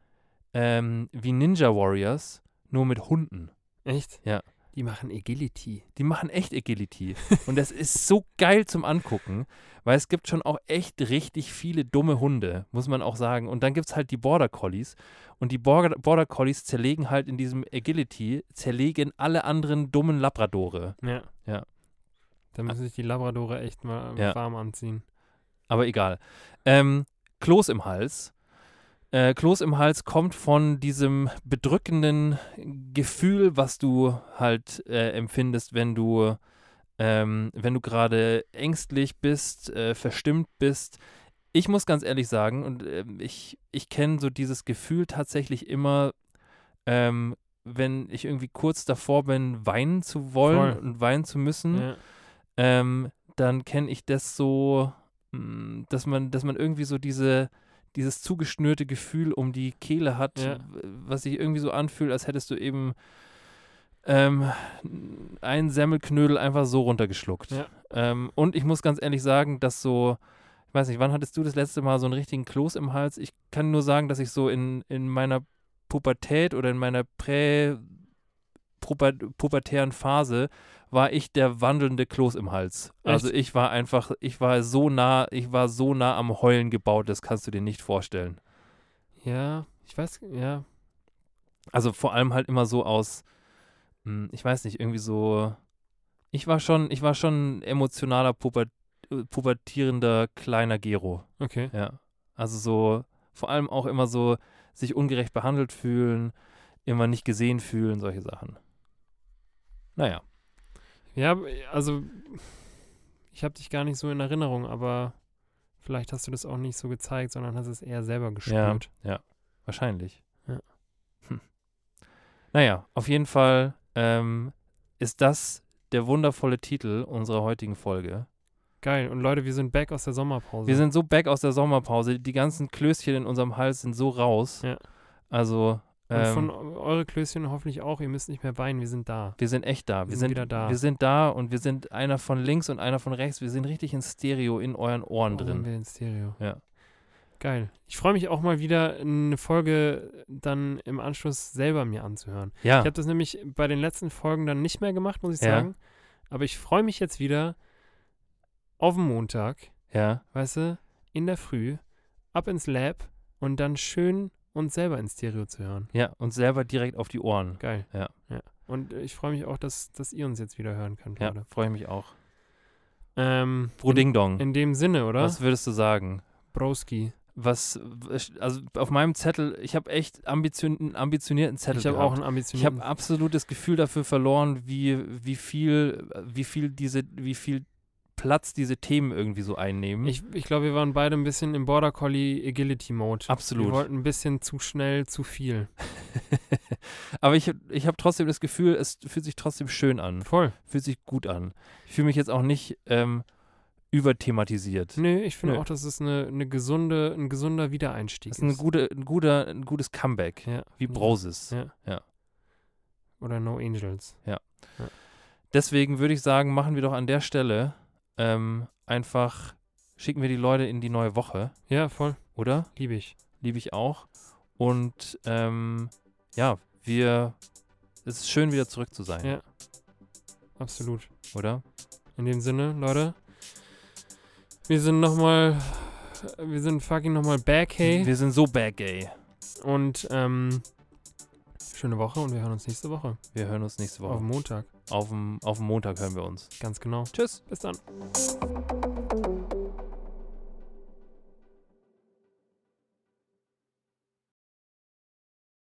Speaker 2: ähm, wie Ninja Warriors, nur mit Hunden.
Speaker 3: Echt?
Speaker 2: Ja.
Speaker 3: Die machen Agility.
Speaker 2: Die machen echt Agility. Und das ist so geil zum Angucken, weil es gibt schon auch echt richtig viele dumme Hunde, muss man auch sagen. Und dann gibt es halt die Border Collies. Und die Border, Border Collies zerlegen halt in diesem Agility, zerlegen alle anderen dummen Labradore.
Speaker 3: Ja.
Speaker 2: Ja. Ah.
Speaker 3: Da müssen sich die Labradore echt mal
Speaker 2: Ja.
Speaker 3: warm anziehen.
Speaker 2: Aber egal. Ähm, Kloß im Hals. Äh, Kloß im Hals kommt von diesem bedrückenden Gefühl, was du halt äh, empfindest, wenn du, ähm, wenn du gerade ängstlich bist, äh, verstimmt bist. Ich muss ganz ehrlich sagen, und ähm, ich, ich kenne so dieses Gefühl tatsächlich immer, ähm, wenn ich irgendwie kurz davor bin, weinen zu wollen
Speaker 3: Voll.
Speaker 2: und weinen zu müssen
Speaker 3: Ja.
Speaker 2: ähm, dann kenne ich das so, mh, dass man, dass man irgendwie so diese, dieses zugeschnürte Gefühl um die Kehle hat,
Speaker 3: Ja.
Speaker 2: w- was sich irgendwie so anfühlt, als hättest du eben ähm, einen Semmelknödel einfach so runtergeschluckt.
Speaker 3: Ja.
Speaker 2: Ähm, und ich muss ganz ehrlich sagen, dass so, ich weiß nicht, wann hattest du das letzte Mal so einen richtigen Kloß im Hals? Ich kann nur sagen, dass ich so in, in meiner Pubertät oder in meiner prä puber- pubertären Phase war ich der wandelnde Kloß im Hals. Also
Speaker 3: Echt?
Speaker 2: ich war einfach, ich war so nah, ich war so nah am Heulen gebaut, das kannst du dir nicht vorstellen.
Speaker 3: ja. Ich weiß, ja.
Speaker 2: Also vor allem halt immer so aus, hm, ich weiß nicht, irgendwie so, ich war schon, ich war schon ein emotionaler Puber, äh, pubertierender kleiner Gero.
Speaker 3: Okay.
Speaker 2: Ja. Also so, vor allem auch immer so, sich ungerecht behandelt fühlen, immer nicht gesehen fühlen, solche Sachen. Naja.
Speaker 3: Ja, also ich habe dich gar nicht so in Erinnerung, aber vielleicht hast du das auch nicht so gezeigt, sondern hast es eher selber gespürt.
Speaker 2: Ja, wahrscheinlich.
Speaker 3: Ja.
Speaker 2: Hm. Naja, auf jeden Fall ähm, ist das der wundervolle Titel unserer heutigen Folge.
Speaker 3: Geil. Und Leute, wir sind back aus der Sommerpause.
Speaker 2: Wir sind so back aus der Sommerpause. Die ganzen Klößchen in unserem Hals sind so raus.
Speaker 3: Ja.
Speaker 2: Also,
Speaker 3: Und
Speaker 2: ähm,
Speaker 3: von eu- eure Klößchen hoffentlich auch. Ihr müsst nicht mehr weinen, wir sind da.
Speaker 2: wir sind echt da. Wir,
Speaker 3: sind
Speaker 2: sind
Speaker 3: wieder da.
Speaker 2: Wir sind da und wir sind einer von links und einer von rechts. Wir sind richtig in Stereo in euren Ohren
Speaker 3: Oh,
Speaker 2: drin.
Speaker 3: Wir in Stereo.
Speaker 2: Ja.
Speaker 3: Geil. Ich freue mich auch mal wieder, eine Folge dann im Anschluss selber mir anzuhören.
Speaker 2: Ja,
Speaker 3: Ich habe das nämlich bei den letzten Folgen dann nicht mehr gemacht, muss ich
Speaker 2: Ah. Ja.
Speaker 3: sagen. Aber ich freue mich jetzt wieder auf den Montag,
Speaker 2: Ja.
Speaker 3: weißt du, in der Früh, ab ins Lab und dann schön uns selber ins Stereo zu hören.
Speaker 2: Ja, und selber direkt auf die Ohren.
Speaker 3: Geil.
Speaker 2: Ja.
Speaker 3: Und äh, ich freue mich auch, dass, dass ihr uns jetzt wieder hören könnt,
Speaker 2: Ja,
Speaker 3: Leute.
Speaker 2: freue ich mich auch.
Speaker 3: Ähm,
Speaker 2: Bro Ding Dong,
Speaker 3: in dem Sinne, oder?
Speaker 2: was würdest du sagen?
Speaker 3: Broski.
Speaker 2: Was, also auf meinem Zettel, ich habe echt ambition, einen ambitionierten Zettel
Speaker 3: Ich habe
Speaker 2: gehabt.
Speaker 3: auch einen
Speaker 2: Ich
Speaker 3: ambitionierten
Speaker 2: habe absolut das Gefühl dafür verloren, wie, wie viel, wie viel diese, wie viel Platz diese Themen irgendwie so einnehmen.
Speaker 3: Ich, ich glaube, wir waren beide ein bisschen im Border Collie Agility Mode. Wir
Speaker 2: Absolut.
Speaker 3: wollten ein bisschen zu schnell, zu viel.
Speaker 2: Aber ich, ich habe trotzdem das Gefühl, es fühlt sich trotzdem schön an,
Speaker 3: Voll.
Speaker 2: fühlt sich gut an. Ich fühle mich jetzt auch nicht ähm, überthematisiert.
Speaker 3: Nö, ich finde
Speaker 2: Nö.
Speaker 3: auch, das ist eine, eine gesunde, ein gesunder Wiedereinstieg.
Speaker 2: Das ist ein, gute, ein, guter, ein gutes Comeback,
Speaker 3: Ja. Mhm.
Speaker 2: wie Broses.
Speaker 3: Ja. Oder No Angels.
Speaker 2: Deswegen würde ich sagen, machen wir doch an der Stelle ähm, einfach, schicken wir die Leute in die neue Woche,
Speaker 3: Ja, voll.
Speaker 2: oder?
Speaker 3: Liebe ich.
Speaker 2: liebe ich auch. Und ähm, ja, wir. Es ist schön, wieder zurück zu sein,
Speaker 3: Ja. Absolut.
Speaker 2: oder?
Speaker 3: In dem Sinne, Leute. Wir sind nochmal. Wir sind fucking nochmal back, hey.
Speaker 2: Wir sind so back gay.
Speaker 3: Und, ähm. Schöne Woche und wir hören uns nächste Woche.
Speaker 2: Wir hören uns nächste
Speaker 3: Auf
Speaker 2: Woche.
Speaker 3: Montag.
Speaker 2: Auf dem Montag hören wir uns.
Speaker 3: Ganz genau.
Speaker 2: Tschüss.
Speaker 3: Bis dann.